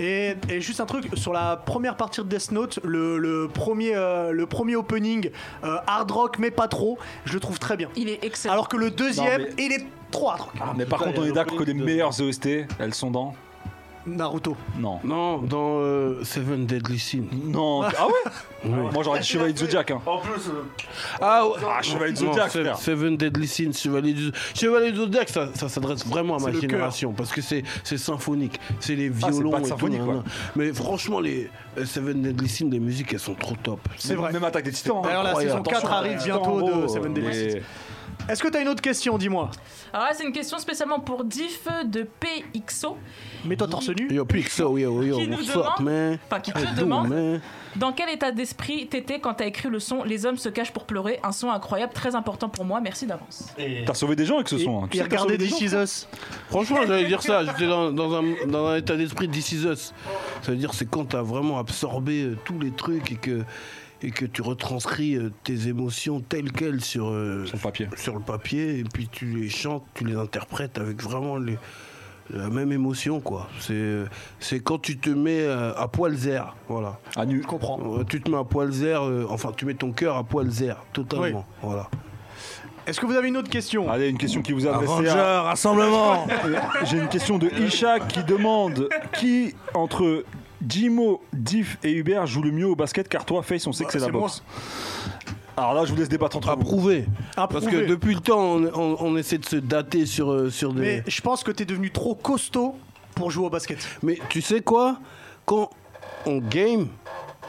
S1: Et, et juste un truc sur la première partie de Death Note, le, le premier, euh, le premier opening euh, hard rock mais pas trop, je le trouve très bien.
S5: Il est excellent.
S1: Alors que le deuxième,
S2: Non, mais-
S1: il est trop hard rock.
S2: mais par
S3: Ah, putain,
S2: contre, on
S3: il y a
S2: est d'accord que les
S3: l'opening de-
S2: meilleures OST, elles sont dans.
S1: Naruto.
S2: Non.
S3: Non, dans euh, Seven Deadly Sins.
S2: Non. Ah ouais
S3: Oui.
S2: Moi, j'aurais dit Chevalier de Zodiac. Hein.
S1: euh,
S3: Ah, ouais.
S2: Ah, Chevalier de
S3: Non,
S2: Zodiac,
S3: Seven,
S2: frère.
S3: Seven Deadly Sins, Chevalier du Chevalier du Zodiac, ça, ça s'adresse vraiment à ma
S1: le cœur.
S3: génération parce que c'est c'est symphonique, c'est les
S2: Ah, c'est pas
S3: violons
S2: de
S3: et tout.
S2: symphonique,
S3: nan,
S2: quoi.
S3: nan. Mais franchement, les euh, Seven Deadly Sins, les musiques, elles sont trop top.
S1: C'est vrai.
S2: Même Attaque des Titans. hein.
S1: D'ailleurs, la
S2: Incroyable.
S1: saison 4
S2: Attention,
S1: arrive
S2: euh,
S1: bientôt
S2: Titan,
S1: de
S2: euh,
S1: Seven Deadly
S2: les-
S1: Est-ce que t'as une autre question, dis-moi
S5: Alors là, c'est une question spécialement pour Diff de PXO,
S1: Mets-toi torse nu.
S3: Yo, Pixo, yo, yo,
S5: Qui nous
S3: what's up,
S5: demande-
S3: man?
S5: enfin
S2: Ah,
S5: qui
S3: How you
S5: te
S3: doing,
S5: demande
S3: man?
S5: dans quel état d'esprit t'étais quand t'as écrit le son Les hommes se cachent pour pleurer, un son incroyable, très important pour moi, merci d'avance.
S2: T'as sauvé des gens avec ce
S1: Et,
S2: son. hein. Tu
S1: et
S2: sais que t'as
S1: regardez
S2: sauvé des
S1: This
S2: gens.
S1: Is Us.
S3: Franchement, j'allais dire ça. J'étais dans, dans un, dans un état d'esprit de This Is Us. Ça veut dire c'est quand t'as vraiment absorbé euh, tous les trucs et que, et que tu retranscris euh, tes émotions telles quelles sur, euh,
S2: Sur le papier.
S3: sur le papier et puis tu les chantes, tu les interprètes avec vraiment les- la même émotion. quoi. C'est c'est quand tu te mets euh, à poil zère. Voilà.
S2: À nu.
S3: Euh, Tu te mets à poil zère, euh, enfin tu mets ton cœur à poil zère, totalement. Voilà.
S1: Est-ce que vous avez une autre question
S2: Allez, une question qui vous est adressée à-
S6: Avenger, rassemblement
S2: J'ai une question de Isha qui demande qui entre Jimo, Diff et Hubert joue le mieux au basket car toi, Face, on sait que c'est
S1: Bah, c'est
S2: la
S1: moi.
S2: boxe. Alors là, je vous laisse débattre entre vous.
S3: Approuvé. Parce
S1: Approuvé.
S3: que depuis le temps, on, on- on essaie de se dater sur, euh, sur des.
S1: Mais je pense que t'es devenu trop costaud pour jouer au basket.
S3: Mais tu sais quoi Quand on game,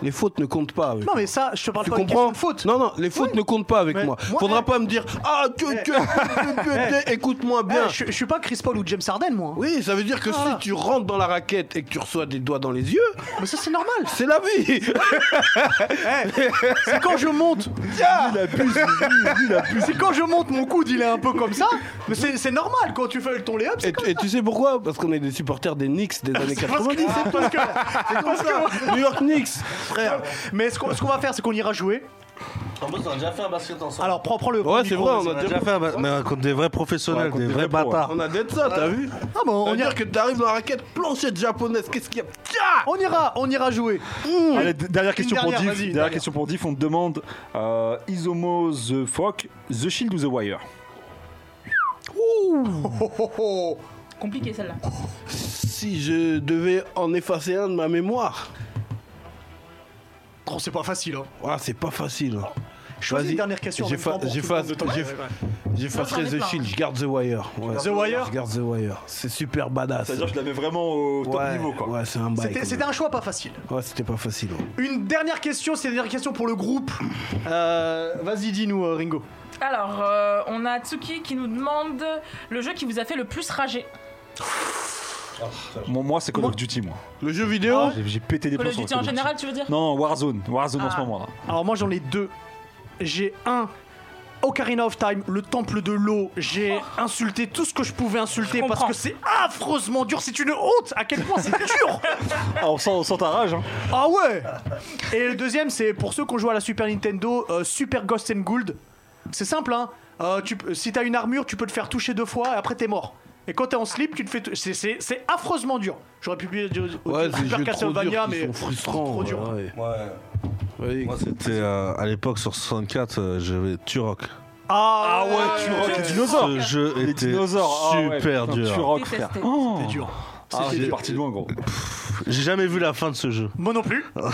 S3: les fautes ne comptent pas. Avec
S1: Non, mais ça, je te parle
S3: tu
S1: pas d'une
S3: comprends
S1: question de faute.
S3: Non, non, les fautes
S1: Oui.
S3: ne comptent pas avec
S1: Mais
S3: moi.
S1: moi,
S3: Faudra
S1: eh.
S3: pas me dire Ah, tu, tu, tu- tu- tu- écoute-moi
S1: Eh,
S3: bien.
S1: je, je suis pas Chris Paul ou James Harden, moi.
S3: Oui, ça veut dire que
S1: Voilà.
S3: si tu rentres dans la raquette et que tu reçois des doigts dans les yeux,
S1: Ah. Mais ça, c'est normal.
S3: c'est la vie.
S1: Eh, c'est quand je monte. C'est quand je monte, mon coude, il est un peu comme ça. Mais c'est c'est normal quand tu fais ton lay-up.
S3: et,
S1: c'est comme-
S3: tu- et tu sais pourquoi Parce qu'on est des supporters des Knicks des années
S1: C'est parce que-
S3: 90.
S1: c'est parce que. c'est parce que-
S3: New York Knicks.
S1: Mais ce qu'on ce qu'on va faire, c'est qu'on ira jouer.
S6: En plus, on a déjà fait un basket ensemble.
S1: Alors, prends, prends le.
S3: Ouais,
S1: le
S3: c'est
S1: micro,
S3: vrai, on
S1: vas-y.
S3: a,
S6: On a déjà fait un ba- mais contre des vrais professionnels,
S2: Ouais, contre
S6: des
S2: des
S6: vrais
S2: vrais pros,
S6: bâtards.
S3: on a d'être ça, t'as vu
S1: Ah, bon, on
S3: On
S1: ira,
S3: dire que t'arrives dans la raquette, planchette japonaise, qu'est-ce qu'il y a Tiens
S1: on ira, on ira jouer.
S3: Mmh.
S2: Allez, d- dernière question
S1: dernière,
S2: pour Diff.
S1: vas-y,
S2: Dernière,
S1: dernière.
S2: question pour Diff. On te demande euh, Isomo, The Fock, The Shield ou The Wire
S1: Oh, oh, oh.
S5: Compliqué celle-là.
S3: Si je devais en effacer un de ma mémoire.
S1: Oh, c'est pas facile. Hein.
S3: Ah, c'est pas facile.
S1: Choisis
S3: Vas-y.
S1: une dernière question. en même
S3: J'effa-
S1: temps pour tout le
S3: j'efface-
S1: monde de temps.
S3: j'eff- J'effacerai
S5: Non, j'en ai
S3: The
S5: plein.
S3: Shield, je garde The Wire. Ouais.
S1: The Wire
S3: Je garde The Wire. C'est super badass.
S2: C'est-à-dire, je la mets vraiment au top
S3: ouais,
S2: niveau, quoi.
S3: ouais, c'est un bail.
S1: C'était-
S3: quand
S1: C'était un choix pas facile.
S3: même. Ouais, c'était pas facile. ouais.
S1: Une dernière question, c'est une dernière question pour le groupe. Euh, Vas-y, dis-nous, euh, Ringo.
S5: Alors, euh, on a Tsuki qui nous demande le jeu qui vous a fait le plus rager.
S2: Moi, moi, c'est Call of Duty, moi.
S3: Le jeu vidéo
S2: J'ai- J'ai pété des
S5: Call
S2: plombs
S5: of
S2: sur
S5: Duty
S2: Call
S5: en
S2: of Duty.
S5: général, tu veux dire
S2: Non, Warzone. Warzone en ce
S5: Ah.
S2: moment, là.
S1: Alors moi j'en ai deux. J'ai un Ocarina of Time, le temple de l'eau. J'ai insulté tout ce que je pouvais insulter
S5: Je
S1: parce
S5: comprends.
S1: que c'est affreusement dur. C'est une honte à quel point c'est dur.
S2: Ah, on, sent, on sent ta rage. Hein.
S1: Ah ouais Et le deuxième, c'est pour ceux qui ont joué à la Super Nintendo, euh, Super Ghost and Gould. C'est simple, hein. Euh, tu peux- si t'as une armure, tu peux te faire toucher deux fois et après t'es mort. Et quand t'es en slip, tu te fais. tou- c'est- C'est c'est affreusement dur. J'aurais pu dire dire-
S7: Ouais,
S1: dire Super
S7: c'est jeux trop durs
S1: Castlevania,
S7: qui
S1: mais.
S7: sont frustrants.
S1: trop dur.
S7: ouais, ouais. Ouais,
S6: Moi, c'était euh, à l'époque sur 64, euh, j'avais Turok.
S1: Ah,
S2: ouais, tu rock les dinosaures.
S6: Ce jeu
S2: Les
S6: était
S2: dinosaures. ah ouais,
S6: super
S2: putain, Tu
S6: dur.
S2: rock, frère.
S5: Détesté.
S1: C'est dur.
S2: Ah,
S6: j'ai-
S2: j'ai parti loin, gros.
S6: J'ai jamais vu la fin de ce jeu.
S1: Moi non plus.
S7: Ah,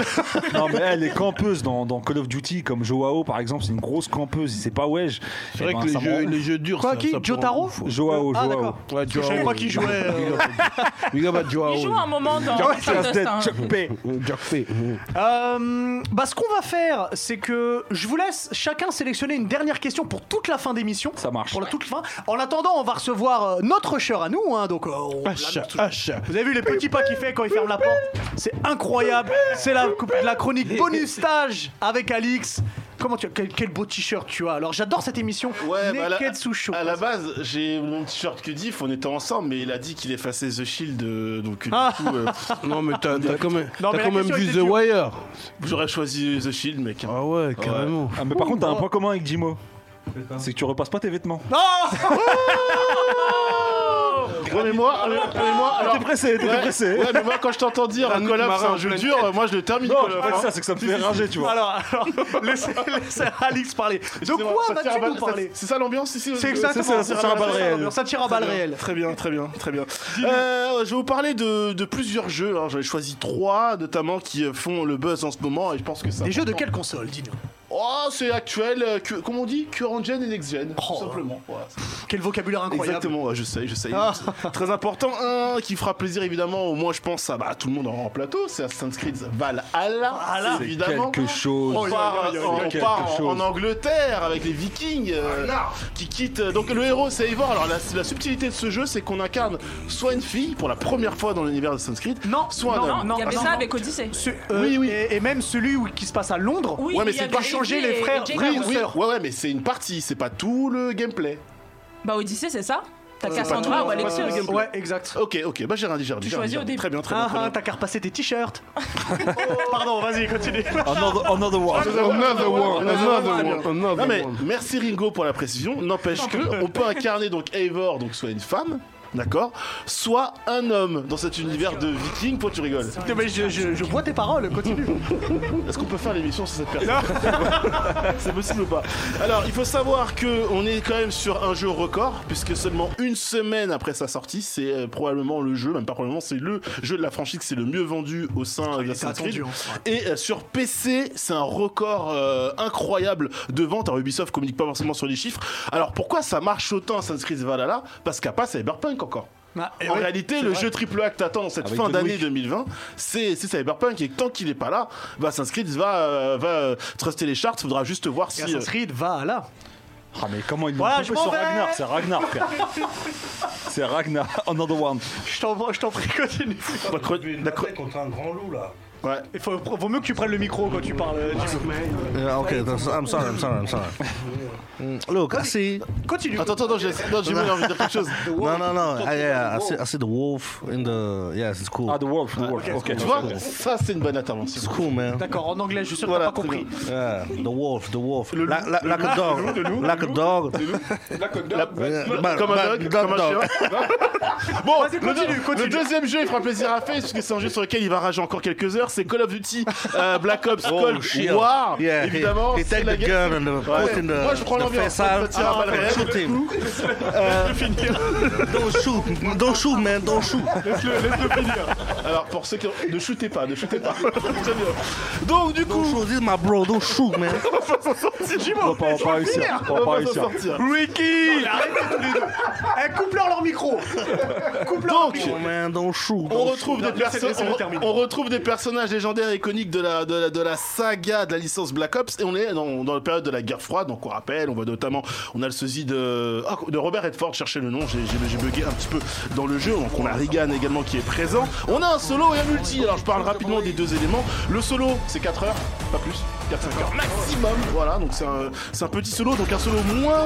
S2: Non, mais elle est campeuse dans, dans Call of Duty, comme Joao par exemple, c'est une grosse campeuse, c'est pas Wedge. Eh ben,
S7: C'est
S3: Eh ben,
S7: vrai que les jeux, les jeux durs.
S1: Quoi,
S7: ça-
S1: qui
S7: ça peut
S1: Jotaro
S7: rendre ouf, ouais.
S2: Joao,
S1: Ah,
S2: Joao.
S1: d'accord.
S7: Ouais,
S1: Je savais
S7: Joao,
S1: pas qui
S7: ouais.
S1: jouait, euh.
S7: Big up à- Big up à Joao.
S5: Il joue un moment dans
S2: Joao,
S5: Stardust,
S2: Just Dead,
S5: hein.
S2: Chuck P.
S7: Jack Fay.
S1: Euh, bah, ce qu'on va faire, c'est que je vous laisse chacun sélectionner une dernière question pour toute la fin d'émission.
S2: Ça marche.
S1: Pour la toute fin. En attendant, on va recevoir euh, notre rusher à nous. hein, donc, euh, on l'annonce
S7: Hacha,
S1: toujours.
S7: hacha.
S1: Vous avez vu les petits pas qu'il fait quand il ferme la porte C'est incroyable. C'est la, la chronique bonus stage avec Alix. Comment tu quel, quel beau t-shirt tu as. Alors j'adore cette émission.
S3: Ouais, bah, à la-
S1: Neketsu Show.
S3: À la base, j'ai mon t-shirt Diff, on était ensemble, mais il a dit qu'il effaçait The Shield, euh, donc euh,
S1: Ah.
S3: du coup, euh,
S7: Non, mais t'as t'as quand même,
S1: Non, mais
S7: t'as
S1: la
S7: quand même
S1: question
S7: vu
S1: était
S7: The
S1: dure.
S7: Wire.
S3: j'aurais choisi The Shield, mec.
S7: Ah ouais, carrément.
S2: Ah, mais par contre, t'as un point commun avec Jimo. C'est que tu repasses pas tes vêtements.
S1: Oh
S3: Ouais, mais moi, euh, mais moi, alors-
S2: T'es pressé, Ah, t'es
S3: Ouais,
S2: pressé.
S3: ouais, mais moi, quand je t'entends dire un collab, c'est un jeu dur, euh, moi je le termine.
S2: Non,
S3: Call
S2: je
S3: of,
S2: pas
S3: hein.
S2: que ça, c'est que ça me fait rager, tu vois.
S1: Alors, alors laissez, laissez Alix parler. De
S3: Excusez-moi,
S1: quoi
S3: ça tire à
S1: vas-tu
S3: balle-
S1: nous
S3: ça-
S1: parler
S3: C'est ça l'ambiance ici
S1: C'est
S3: euh,
S1: exactement
S2: ça, ça tire à balle réelle.
S1: Ça tire à balle réelle.
S3: Très bien, très bien, très bien. Euh, je vais vous parler de, de plusieurs jeux. hein. J'en ai choisi trois, notamment qui euh, font le buzz en ce moment, et je pense que ça.
S1: Des jeux de quelle console, dis-nous
S3: Oh, c'est actuel. euh, que- comment on dit Current gen et next gen.
S1: Oh.
S3: tout simplement. Voilà.
S1: Quel vocabulaire incroyable. Ah.
S3: Exactement, ouais, je sais, je sais. Très important, un qui fera plaisir évidemment, au moins je pense à bah, tout le monde en, en plateau, c'est Assassin's Creed Valhalla,
S1: Valhalla. Oh,
S3: c'est
S2: C'est
S3: évidemment.
S2: quelque chose.
S3: On part,
S2: aïe, aïe,
S3: en-
S2: aïe,
S3: on
S2: quelque
S3: part en-
S2: chose.
S3: en Angleterre avec les Vikings euh, qui quittent. euh, Donc le héros c'est Eivor. Alors la, la subtilité de ce jeu c'est qu'on incarne soit une fille pour la première fois dans l'univers de Assassin's Creed,
S1: Non,
S3: soit
S1: non,
S3: un homme.
S1: non,
S5: Il y avait
S1: non,
S5: ça
S1: non.
S5: avec Odyssey.
S1: Ce- euh,
S3: Oui, oui.
S1: Et, et même celui où- qui se passe à Londres.
S5: Oui,
S3: Ouais, mais
S5: il y
S3: c'est
S5: avait
S3: pas
S5: Eddie
S1: changer les
S5: et
S1: frères-
S5: Jacob.
S1: frères
S3: Oui, oui,
S1: sœur.
S3: ouais, ouais, mais c'est une partie, c'est pas tout le gameplay.
S5: Bah Odyssey, c'est ça T'as
S3: pas
S5: Cassandra
S3: tout,
S5: ou
S3: c'est pas tout
S5: Alexios.
S3: le gameplay.
S1: Ouais, exact.
S3: Ok, ok, bah j'ai rien dit, j'ai rien dit.
S5: Tu
S3: j'ai rien
S5: choisis
S3: dit,
S5: au début.
S3: Très bien, très bien.
S1: Ah
S3: très
S1: ah,
S3: bien.
S1: t'as qu'à repasser tes t-shirts. Pardon, vas-y, continue.
S3: Ah,
S2: Another, another one.
S3: Another one, another one.
S7: Another
S3: Non mais
S7: one.
S3: merci Ringo pour la précision. N'empêche que on peut incarner donc Eivor, donc soit une femme, d'accord, soit un homme dans cet univers de viking. Pourquoi tu rigoles
S1: Mais je, je- je vois tes paroles, continue.
S3: Est-ce qu'on peut faire l'émission sur cette personne C'est possible ou pas Alors, il faut savoir que on est quand même sur un jeu record, puisque seulement une semaine après sa sortie, c'est euh, probablement le jeu, même pas probablement, c'est le jeu de la franchise, c'est le mieux vendu au sein de la
S1: attendu,
S3: Et euh, sur PC, c'est un record euh, incroyable de vente. Alors, Ubisoft communique pas forcément sur les chiffres. Alors, pourquoi ça marche autant Assassin's Creed Valhalla Parce qu'il n'y a pas Cyberpunk encore.
S1: Ah, et
S3: en
S1: ouais.
S3: réalité, le jeu AAA que t'attends dans cette
S2: Avec
S3: fin
S2: John
S3: d'année
S2: Wick.
S3: 2020, c'est c'est Cyberpunk. Et tant qu'il n'est pas là, bah, Assassin's Creed va, euh, va euh, truster les charts. Faudra juste voir
S1: Et
S3: si.
S1: Assassin's Creed va là.
S2: Ah, mais comment ils l'ont
S1: Voilà,
S2: coupé
S1: je m'en
S2: sur
S1: vais.
S2: Ragnar C'est Ragnar, frère. C'est Ragnar. Another one.
S1: Je t'en je t'en prie, continue.
S3: euh, la cro- la cro-
S8: contre un grand loup là.
S3: Ouais.
S1: Il faut, vaut mieux que tu prennes le micro quand tu parles. euh, tu-
S6: Yeah, Uh, okay, that's- I'm sorry, I'm sorry, I'm sorry. Mm, Look, I see.
S1: Continue.
S3: Attends, attends, attends, j'ai non, j'ai voulu envie de dire quelque chose.
S6: No, no, no. I, yeah, I see, I see the wolf in the. Yes, it's cool.
S2: Ah, The Wolf, The Wolf. Ok.
S3: Tu vois, ça c'est une bonne intervention.
S6: It's cool, man.
S1: D'accord, en anglais, je suis sûr que t'as
S3: Voilà,
S1: pas compris.
S6: Yeah, the wolf, the wolf. Like, like, like a dog. Like a dog. Yeah, but-
S3: Comme un
S6: but
S3: dog,
S6: dog,
S3: comme un
S6: dog.
S3: chien. Bah, Bon,
S1: Vas-y, continue,
S3: le,
S1: continue.
S3: le deuxième jeu, il fera plaisir à Face, parce que c'est un jeu sur lequel il va rager encore quelques heures. C'est Call of Duty euh, Black Ops Cold
S6: Oh, shit.
S3: War.
S6: Yeah, he-
S3: évidemment,
S6: he
S3: c'est
S6: take
S3: la
S6: the
S3: guerre.
S6: gun and the
S3: Ouais.
S6: put in the,
S3: Moi, je prends
S6: the
S3: l'ambiance.
S6: face
S3: Ça
S6: out. Ah,
S3: tire à balles réelles.
S6: Shoot him. Euh, Don't shoot, don't shoot, man, don't shoot.
S3: Laisse-le laisse-le finir. Alors, pour ceux qui ont... Ne shootez pas, ne shootez pas. Très bien. Donc, du
S6: Don't
S3: coup...
S6: shoot, this is my bro, don't shoot, man.
S2: On va pas- on va pas réussir. On va pas
S3: s'en
S2: réussir. Bah,
S3: sortir.
S1: Ricky Arrêtez tous les deux. Eh, coupe-leur leur micro. Coupe-leur leur
S3: Donc,
S1: micro.
S6: Oh, man, don't shoot.
S3: On
S6: Don't
S3: retrouve, des
S1: laissez-
S3: perso-
S1: laissez-le terminer.
S3: on, on retrouve des personnages légendaires et iconiques de la, de, la, de la saga de la licence Black Ops et on est dans, dans la période de la guerre froide donc on rappelle on voit notamment on a le sosie de, ah, de Robert Redford cherchez le nom j'ai- j'ai j'ai bugué un petit peu dans le jeu donc on a Regan également qui est présent on a un solo et un multi alors je parle rapidement des deux éléments le solo c'est 4 heures pas plus
S9: 4-5 heures maximum. Voilà, donc c'est un, c'est un petit solo, donc un solo moins,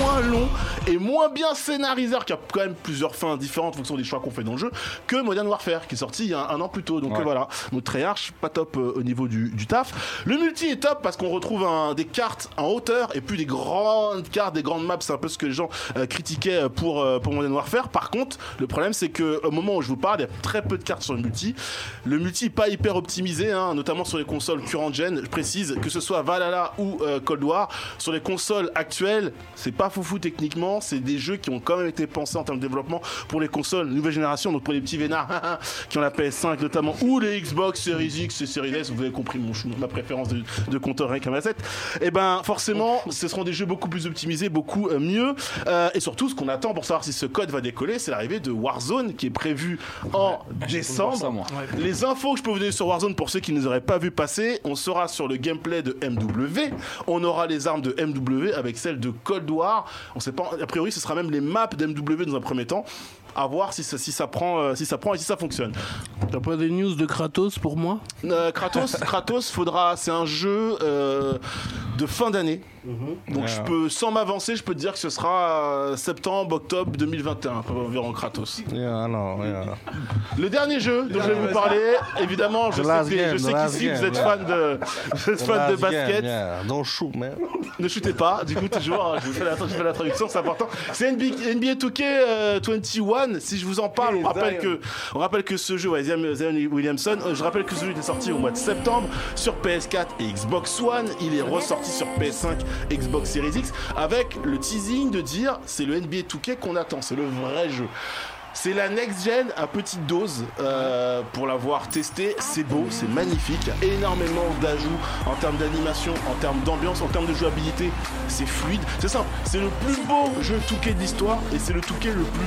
S9: moins long et moins bien scénarisé, qui a quand même plusieurs fins différentes en fonction des choix qu'on fait dans le jeu, que Modern Warfare, qui est sorti il y a un, un an plus tôt. Donc euh, voilà, donc Treyarch, pas top euh, au niveau du, du taf. Le multi est top parce qu'on retrouve un- des cartes en hauteur et plus des grandes cartes, des grandes maps. C'est un peu ce que les gens euh, critiquaient euh, pour, euh, pour Modern Warfare. Par contre, le problème, c'est que au moment où je vous parle, il y a très peu de cartes sur le multi. Le multi est pas hyper optimisé, hein, notamment sur les consoles current gen. Je précise que ce soit Valhalla ou euh, Cold War, sur les consoles actuelles, c'est pas foufou techniquement. C'est des jeux qui ont quand même été pensés en termes de développement pour les consoles nouvelle génération, donc pour les petits vénards hein, qui ont la PS5 notamment, ou les Xbox Series X et Series S. Vous avez compris mon chou- ma préférence de, de compteur avec un asset. Et ben forcément, ce seront des jeux beaucoup plus optimisés, beaucoup euh, mieux. Euh, et surtout, ce qu'on attend pour savoir si ce code va décoller, c'est l'arrivée de Warzone qui est prévu en décembre.
S2: ça, moi.
S9: Les infos que je peux vous donner sur Warzone pour ceux qui ne les auraient pas vu passer, on sera sur le gameplay de MW, on aura les armes de MW avec celles de Cold War, on sait pas, a priori ce sera même les maps de MW dans un premier temps, à voir si ça, si ça, prend, euh, si ça prend et si ça fonctionne.
S3: T'as pas des news de Kratos pour moi
S9: Euh, Kratos, Kratos, faudra, c'est un jeu euh, de fin d'année,
S3: Mhm.
S9: donc je peux, sans m'avancer, je peux te dire que ce sera euh, septembre, octobre 2021, environ Kratos.
S6: Yeah, non, yeah.
S9: Le dernier jeu dont je vais vous parler, évidemment, je
S6: The
S9: sais
S6: last
S9: que- je
S6: game,
S9: sais
S6: the last
S9: qu'ici vous
S6: game,
S9: êtes
S6: yeah.
S9: fan de, vous êtes fan de
S6: Last game,
S9: basket.
S6: yeah. Don't shoot, man.
S9: Ne shootez pas, du coup, toujours, hein, je vous fais la, je fais la traduction, c'est important. C'est NBA, 2K euh, 21, si je vous en parle, on rappelle que, on rappelle que ce jeu, ouais, Zion Zion Williamson, euh, je rappelle que ce jeu était sorti au mois de septembre sur PS4 et Xbox One, il est ressorti sur PS5, Xbox Series X, avec le teasing de dire, c'est le NBA 2K qu'on attend, c'est le vrai jeu. C'est la next gen à petite dose euh, pour l'avoir testé. C'est beau, c'est magnifique. Il y a énormément d'ajouts en termes d'animation, en termes d'ambiance, en termes de jouabilité. C'est fluide, c'est simple. C'est le plus beau jeu touquet de l'histoire et c'est le touquet le plus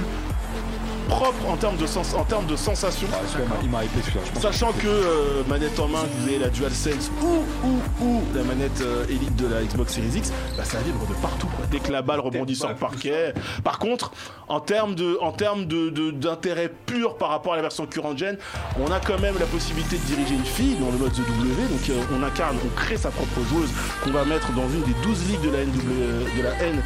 S9: propre en termes de sens, en termes de sensation.
S2: Ah, celui-là, il m'a- Il m'a hypé celui-là, je pense.
S9: Sachant que euh, manette en main, que vous avez la DualSense ou, ou, ou la manette euh, Elite de la Xbox Series X, bah, ça vibre de partout. quoi. Dès que la balle rebondit sur le parquet. Par contre, en termes de, en termes de, de- d'intérêt pur par rapport à la version current gen, on a quand même la possibilité de diriger une fille dans le mode The W. Donc euh, on incarne, on crée sa propre joueuse qu'on va mettre dans une des 12 ligues de la NW, de la N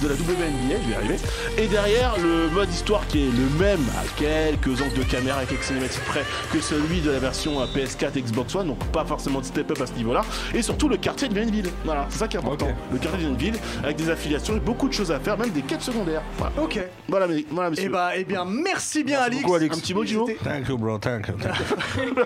S9: de la WNBA, je vais y arriver. Et derrière, le mode histoire qui est le même, à quelques angles de caméra et quelques cinématiques près, que celui de la version euh, PS4 Xbox One, donc pas forcément de step-up à ce niveau-là. Et surtout, le quartier devient une ville. Voilà, c'est ça qui est important.
S2: Ok.
S9: Le quartier devient une ville, avec des affiliations et beaucoup de choses à faire, même des quêtes secondaires. Voilà,
S1: Ok.
S9: voilà, mes- voilà messieurs.
S1: Eh bah, eh bien, merci bien, Alix.
S9: beaucoup, Alix. Un petit mot, Gino
S1: C'était-
S6: Thank you, bro. Thank you. Thank you.
S2: Bah,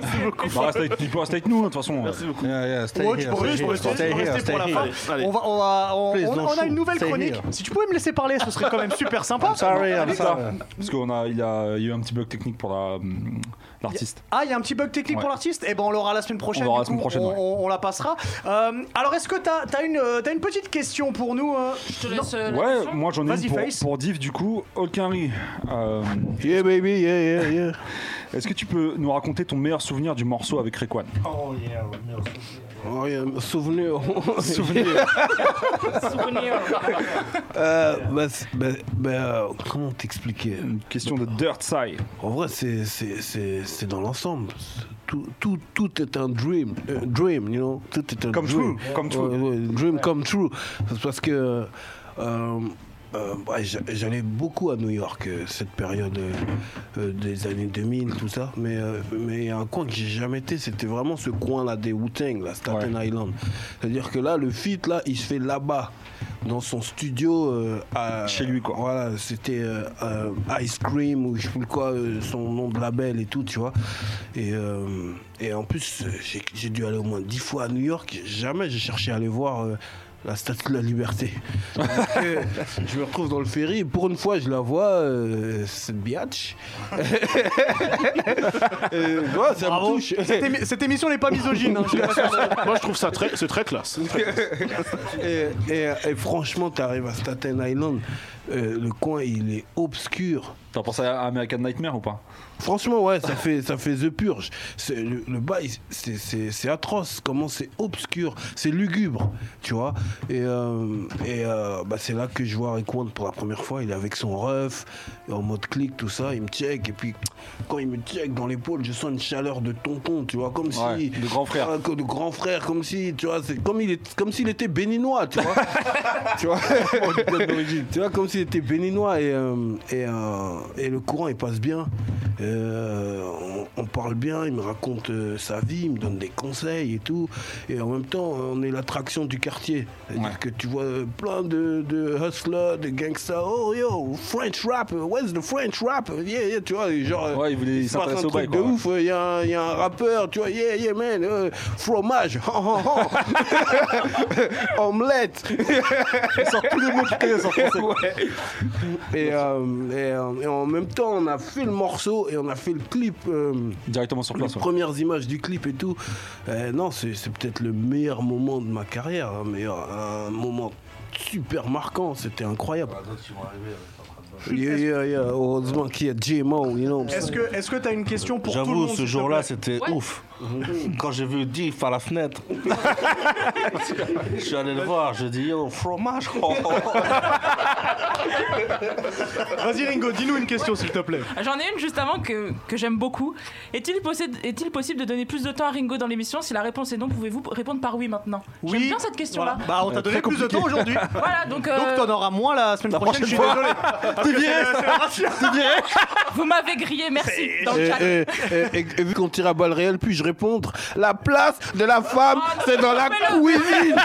S2: reste avec- Tu peux rester avec nous, hein, de toute façon.
S9: Merci beaucoup.
S6: Yeah, yeah. Stay
S1: Ouais, tu
S6: here.
S1: pourrais-
S6: stay
S1: je
S6: here,
S1: pourrais-
S6: stay
S1: je
S9: On va
S6: here,
S9: rester
S6: stay
S9: pour la
S6: here.
S9: fin. Allez.
S1: On va, on va, on,
S6: Please
S1: on-
S6: don't
S1: on a
S6: shoot.
S1: une nouvelle
S6: Stay
S1: chronique.
S6: here.
S1: Si tu pouvais me laisser parler, ce serait quand même super sympa.
S6: Sorry, I'm
S2: Plus tard,
S6: sorry.
S2: parce qu'on a, il a, il y a eu un petit bug technique pour la, hum, l'artiste.
S1: Ah, il y a un petit bug technique pour
S2: Ouais.
S1: l'artiste Eh ben, on l'aura la semaine prochaine.
S2: On l'aura
S1: du
S2: la semaine
S1: coup,
S2: prochaine,
S1: on,
S2: ouais.
S1: on- on la passera. Euh, alors, est-ce que t'as as une, euh, t'as une petite question pour nous euh
S5: Je te laisse euh, la
S2: Ouais,
S5: question.
S2: moi j'en ai
S1: Vas-y,
S2: une pour,
S1: Face.
S2: pour Div du coup. Hulkenry, euh,
S6: Yeah, baby. Yeah, yeah, yeah.
S2: est-ce que tu peux nous raconter ton meilleur souvenir du morceau avec Rekwan
S3: Oh, il y a un souvenir.
S5: Souvenir.
S3: Euh, bah, c'est- bah, bah, euh, comment t'expliquer
S2: Une question de Dirt Side.
S3: En vrai, c'est- c'est c'est- c'est dans l'ensemble. Tout, tout, tout est un dream, euh, dream, you know. Tout est un
S2: Comme
S3: dream.
S2: true, comme true.
S3: Ouais, ouais, dream come true. C'est parce que euh, euh, bah, j'a- j'allais beaucoup à New York euh, cette période euh, euh, des années 2000, tout ça. Mais euh, mais il y a un coin que j'ai jamais été. C'était vraiment ce coin là des Wu-Tang, là, Staten Island. C'est-à-dire que là, le feat là, il se fait là-bas. Dans son studio euh, à-
S2: Chez lui, quoi.
S3: voilà, c'était euh, euh, Ice Cream ou je sais plus quoi, euh, son nom de label et tout, tu vois. Et, euh, et en plus, euh, j'ai- j'ai dû aller au moins dix fois à New York. Jamais j'ai cherché à aller voir euh, la Statue de la Liberté. Donc, euh, je me retrouve dans le ferry et pour une fois, je la vois, euh, cette biatch. Euh, ouais, ça me
S1: Bravo.
S3: touche.
S1: Cette émi- Cette émission n'est pas misogyne. hein, je suis pas sûr.
S9: euh, Moi, je trouve ça très, c'est très classe.
S3: et, et- et franchement, tu arrives à Staten Island, euh, le coin il est obscur.
S2: T'en penses à American Nightmare ou pas
S3: Franchement, ouais, ça fait, ça fait The Purge. C'est- Le, le bail, c'est- c'est c'est atroce. Comment c'est obscur, c'est lugubre, tu vois. Et, euh, et euh, bah, c'est là que je vois Rick Wand pour la première fois. Il est avec son ref, en mode clic, tout ça. Il me check. Et puis, quand il me check dans l'épaule, je sens une chaleur de tonton, tu vois. Comme
S2: Ouais,
S3: si.
S2: de grand frère.
S3: Ah, que- de grand frère, comme si, tu vois, c'est comme il est, comme s'il était béninois, tu vois. tu vois. tu vois, comme s'il était béninois et, euh, et, euh, et le courant il passe bien. Euh, on, on parle bien, il me raconte euh, sa vie, il me donne des conseils et tout. Et en même temps, on est l'attraction du quartier. C'est-à-dire
S2: Ouais.
S3: que tu vois euh, plein de, de hustlers, de gangsters. Oh yo, French rap, where's the French rap? Yeah, yeah, tu vois, et genre. euh,
S2: Ouais, il voulait
S3: il se passe
S2: s'intéresser
S3: un
S2: au bail,
S3: truc de
S2: quoi.
S3: ouf, il y, a un- y a un rappeur, tu vois, yeah, yeah, man, euh, fromage, han, han, han. omelette.
S2: Il sort tous les mots qu'il connaît en français.
S3: Et, euh, et, euh, et en même temps, on a fait le morceau et on a fait le clip, euh,
S2: Directement sur
S3: les
S2: place. ouais.
S3: premières images du clip et tout. Euh, non, c'est c'est peut-être le meilleur moment de ma carrière, un, meilleur, un moment super marquant, c'était incroyable.
S6: Bah, euh,
S3: Yeah, yeah, yeah, heureusement qu'il y a JMO, you know.
S1: Est-ce que est-ce que t'as une question pour tout le monde
S6: J'avoue, ce
S1: s'il te
S6: jour-là,
S1: plaît
S6: c'était
S5: Ouais.
S6: ouf. Quand j'ai vu Diff à la fenêtre, je suis allé le voir, je dis yo, fromage. oh, oh, oh.
S1: Vas-y Ringo, dis-nous une question s'il te plaît.
S5: Ah, J'en ai une juste avant que, que j'aime beaucoup. Est-il possé- est-il possible de donner plus de temps à Ringo dans l'émission Si la réponse est non, pouvez-vous répondre par oui maintenant J'aime bien cette question-là.
S1: Voilà. Bah on t'a donné plus de temps aujourd'hui.
S5: Voilà, donc, euh,
S1: Donc t'en auras moins la semaine prochaine, je suis désolé. T'es viré, c'est la ratio.
S5: vous m'avez grillé, merci. Dans le
S3: Et,
S5: chat.
S3: et- et- et- et vu qu'on tire à balles réelles, puis-je répondre La place de la femme,
S5: Oh, non,
S3: c'est dans la
S5: fais-le.
S3: cuisine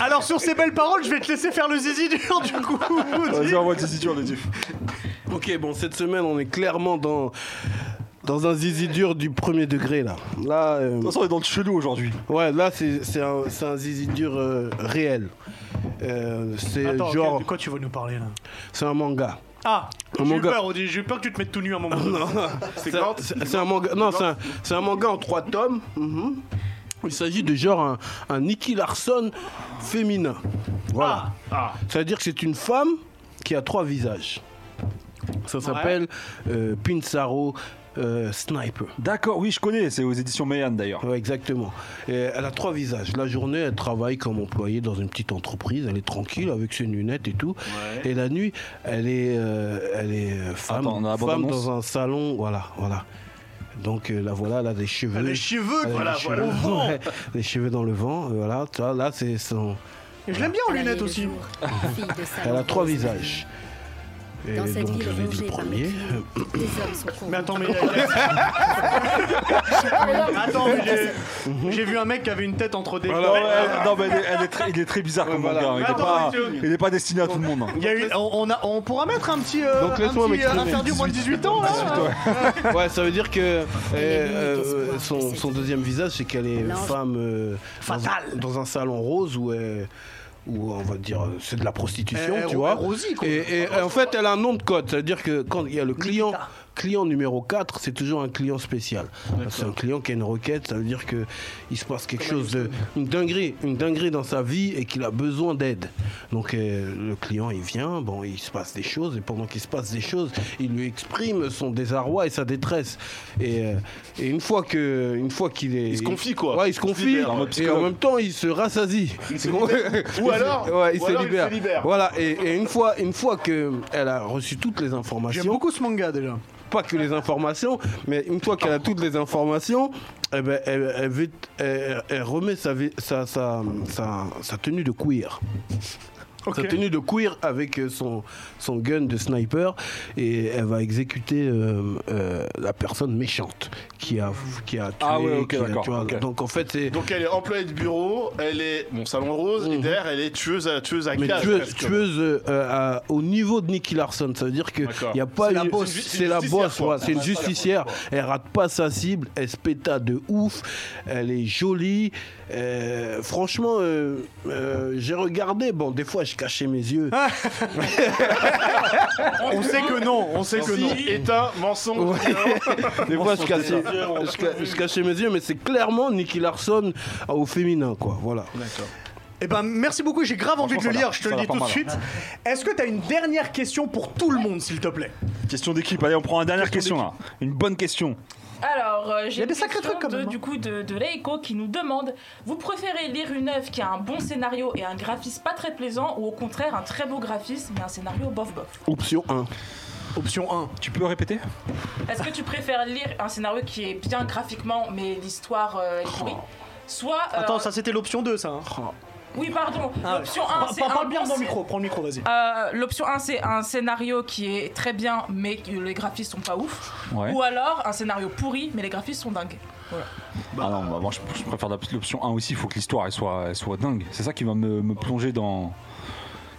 S1: Alors sur ces belles paroles, je vais te laisser faire le zizi dur du coup.
S2: Vas-y, envoie tes situations, les diff.
S3: Ok, bon, cette semaine, on est clairement dans, dans un zizi dur du premier degré, là. Là, euh,
S2: De toute façon, on est dans le chelou aujourd'hui.
S3: ouais, là c'est c'est un, c'est un zizi dur euh, réel. Euh, c'est
S1: Attends,
S3: genre,
S1: de quoi tu veux nous parler là
S3: c'est un manga.
S1: Ah, j'ai
S3: Un
S1: eu
S3: manga.
S1: peur, Audi, j'ai eu peur que tu te mettes tout nu à un moment.
S3: Non, c'est
S9: Gantz
S3: c'est- c'est un manga. Non, c'est un, c'est un manga en trois tomes. Mhm. Il s'agit de genre un, un Nicky Larson féminin. Voilà. C'est-à-dire que c'est une femme qui a trois visages. Ça s'appelle euh, Pinsaro euh, Sniper.
S2: D'accord, oui, je connais, c'est aux éditions Mayan d'ailleurs.
S3: Ouais, exactement. Et elle a trois visages. La journée, elle travaille comme employée dans une petite entreprise. Elle est tranquille avec ses lunettes et tout. Et la nuit, elle est, euh, elle est euh, femme,
S2: Attends, on a la
S3: femme
S2: bande-annonce
S3: dans un salon. Voilà, voilà. Donc euh, la voilà, elle a des cheveux.
S1: Les cheveux,
S3: Elle a des
S1: voilà,
S3: cheveux-
S1: voilà.
S3: Ouais, les cheveux dans le vent. euh, Voilà, tu vois, là, c'est son.
S1: Et je l'aime bien en lunettes Oh, aussi.
S3: Elle a trois visages. Et
S10: Dans cette
S3: donc,
S10: ville
S3: je vais dire
S10: rongée
S3: le
S10: par le
S3: premier.
S10: crime, des hommes sont
S1: Mais
S10: corrompus.
S1: attends, mais. attends, mais j'ai- j'ai vu un mec qui avait une tête entre des.
S2: Non, ouais, non, mais elle est- elle est très- il est très bizarre comme
S3: voilà.
S2: manga. Il est
S1: Attends,
S2: pas-
S1: monsieur.
S2: Il n'est pas destiné à tout le monde. hein.
S1: Il y a eu- on, on a- on pourra mettre un petit, euh,
S3: Donc,
S1: un
S3: laisse-moi
S1: petit, euh,
S3: m'exprimer.
S1: interdit au moins de 18 ans là.
S3: Ouais, ça veut dire que euh, euh,
S10: espoir de
S3: son,
S10: cette
S3: son deuxième visage, c'est qu'elle est
S10: L'ange.
S3: femme euh, dans un-
S1: Fatale.
S3: Dans, un salon rose où, elle- où on va dire euh, c'est de la prostitution,
S1: Eh,
S3: tu
S1: eh,
S3: vois.
S1: Rosie, quoi.
S3: Et, et, euh, en fait, elle a un nom de code. Ça veut dire que quand il y a le client, client numéro 4, c'est toujours un client spécial. C'est un client qui a une requête. Ça veut dire que il se passe quelque chose de une dinguerie, une dinguerie dans sa vie et qu'il a besoin d'aide. Donc euh, le client, il vient, bon, il se passe des choses et pendant qu'il se passe des choses, il lui exprime son désarroi et sa détresse. Et, euh, et une fois que, une fois qu'il est,
S9: Il se confie, quoi.
S3: Ouais, il se
S9: Il se
S3: confie
S9: libère. En mode
S3: et en même temps, il se rassasie.
S9: Ou alors,
S3: Ouais, il
S9: ou
S3: se
S9: alors
S3: libère.
S9: il se libère.
S3: Voilà, et, et une fois, une fois que elle a reçu toutes les
S1: J'aime
S3: informations,
S1: beaucoup ce manga déjà.
S3: pas que les informations, mais une fois qu'elle a toutes les informations, eh ben, elle, elle vite- elle- elle remet sa, vi- sa, sa, sa- sa tenue de cuir. Sa tenue de cuir avec euh, son, son gun de sniper et elle va exécuter euh, euh, la personne méchante qui a, qui a tué.
S2: Ah ouais, ok,
S3: qui a-
S2: d'accord,
S3: tu vois,
S2: ok.
S3: Donc en fait, c'est.
S9: Donc elle est employée de bureau, elle est mon salon rose
S1: Mhm.
S9: et derrière elle est tueuse à tueuse à
S3: Mais
S9: gage,
S3: tueuse,
S9: presque.
S3: tueuse euh, euh, à- au niveau de Nicky Larson, ça veut dire que
S9: D'accord.
S3: il y a pas
S9: C'est la
S3: une-
S9: bosse.
S3: c'est la
S9: Justicière,
S3: bosse,
S9: quoi.
S3: ouais, c'est une justicière. Elle rate pas sa cible, elle se péta de ouf, elle est jolie. Euh, franchement, euh, euh, j'ai regardé. Bon, des fois, je cachais mes yeux.
S1: On sait que non, on sait que
S9: Ceci
S1: non.
S9: est un mensonge.
S3: Des fois, je cachais, je ca- je cachais mes yeux, mais c'est clairement Nicky Larson au féminin, quoi. Voilà.
S1: Eh ben, merci beaucoup, j'ai grave envie de le
S2: Franchement, ça
S1: lire,
S2: va-
S1: je te
S2: ça
S1: le
S2: va
S1: dis
S2: pas
S1: tout de
S2: mal, hein.
S1: suite. Est-ce que t'as une dernière question pour tout le monde, s'il te plaît
S5: Euh,
S2: Question d'équipe, allez, on prend la dernière question là. Une bonne question.
S5: Alors, euh,
S1: y a
S5: j'ai une
S1: des sacrés
S5: question
S1: trucs, quand
S5: de-
S1: même, hein.
S5: du coup de, de Leiko qui nous demande Vous préférez lire une œuvre qui a un bon scénario et un graphisme pas très plaisant ou au contraire un très beau graphisme et un scénario bof bof
S3: Option 1.
S1: Option 1.
S2: Tu peux répéter
S5: Est-ce que tu préfères lire un scénario qui est bien graphiquement mais l'histoire euh, est pourrie Soit. euh,
S1: Attends, ça c'était l'option 2, ça. hein.
S5: Oui, pardon.
S1: Ah,
S5: L'option
S1: ouais.
S5: 1,
S1: Par-
S5: c'est.
S1: Parle
S5: un
S1: bien
S5: bon
S1: dans le
S5: sc-
S1: micro, prends le micro, vas-y.
S5: Euh, L'option 1, c'est un scénario qui est très bien, mais que les graphismes sont pas ouf.
S2: Ouais.
S5: Ou alors un scénario pourri, mais les graphismes sont dingues.
S2: Ah non, bah, moi je, je préfère la- l'option 1 aussi, il faut que l'histoire elle soit, elle soit dingue. C'est ça qui va me, me plonger dans.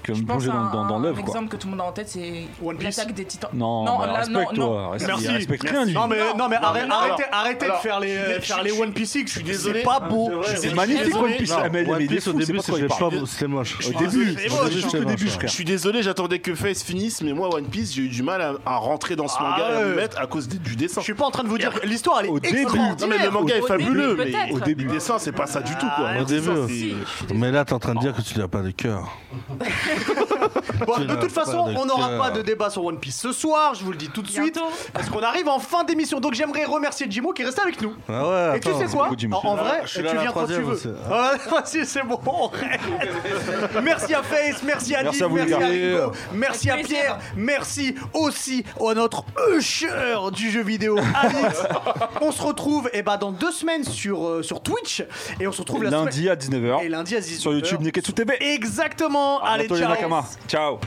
S2: Qui va
S5: Je
S2: me plonger
S5: pense à
S2: dans, dans, dans
S5: un-
S2: l'œuvre
S5: Un
S2: quoi.
S5: exemple que tout le monde a en tête, c'est
S1: One Piece.
S5: l'attaque des titans.
S2: Non, bah,
S5: là,
S2: respecte-toi. Respecte,
S1: Merci.
S2: il respecte rien lui.
S1: Non mais, non, mais, arrête-
S9: mais non.
S1: arrêtez, arrêtez
S9: Alors,
S1: de faire les, euh,
S9: je suis dé-
S1: faire
S9: je-
S1: les
S9: je-
S1: One Piece Six, je suis désolé.
S9: désolé.
S1: C'est pas beau.
S9: Ah, c'est vrai.
S2: C'est magnifique
S9: Désolé.
S2: One Piece.
S9: Non,
S2: Ah, mais-
S6: One
S2: mais il est
S6: Piece,
S2: fou,
S6: au
S2: c'est
S6: début,
S2: pas
S6: c'est
S2: quoi, il
S6: que
S2: parle.
S6: pas beau, c'était moche.
S2: Au
S9: suis
S2: début,
S9: désolé,
S2: c'est
S9: moi,
S2: juste
S9: je suis
S2: au
S6: désolé,
S2: début,
S6: moi,
S2: je
S9: Je
S2: frère.
S9: suis désolé, j'attendais que Face finisse, mais moi, One Piece, j'ai eu du mal à, à rentrer dans ce
S1: Ah
S9: manga et à me
S1: ouais.
S9: mettre à cause des- du dessin.
S1: Je suis pas en train de vous dire que l'histoire elle est
S2: Au début.
S1: extraordinaire.
S9: Non, mais le manga est
S5: Au début,
S9: fabuleux, mais
S5: peut-être.
S9: au début, le dessin, c'est pas ça du tout, quoi.
S1: Ah,
S6: Au début.
S5: je suis
S6: Mais là, t'es en train de dire que tu n'as pas de cœur.
S1: Bon,
S6: Tu
S1: de
S6: n'as
S1: toute
S6: pas
S1: façon,
S6: de
S1: on n'aura
S6: cœur.
S1: pas de débat sur One Piece ce soir, je vous le dis tout de suite,
S5: Bientôt.
S1: parce qu'on arrive en fin d'émission. Donc j'aimerais remercier Jimo qui est resté avec nous.
S6: Ah ouais,
S1: Et tu sais
S6: attends.
S1: quoi
S2: beaucoup, Jimo.
S1: En, en
S6: Je suis là-
S1: vrai,
S6: je
S1: tu
S6: suis là la
S1: viens quand tu
S6: troisième
S1: veux.
S6: aussi.
S1: Ah, Vas-y, c'est bon. on rêve. merci à Face, merci à
S2: Merci
S1: Nick,
S2: à vous, les
S1: merci à
S2: gars.
S1: Rico, merci à
S5: Avec plaisir.
S1: Pierre, merci aussi à notre usher du jeu vidéo, Alix. on se retrouve eh ben, dans deux semaines sur, euh, sur Twitch et on se retrouve la semaine-
S2: Lundi à
S1: Et
S2: 19h.
S1: lundi à 19h.
S2: Sur YouTube, Neketsu TV.
S1: Exactement. Allez, ciao.
S2: Antonio Nakama. Ciao.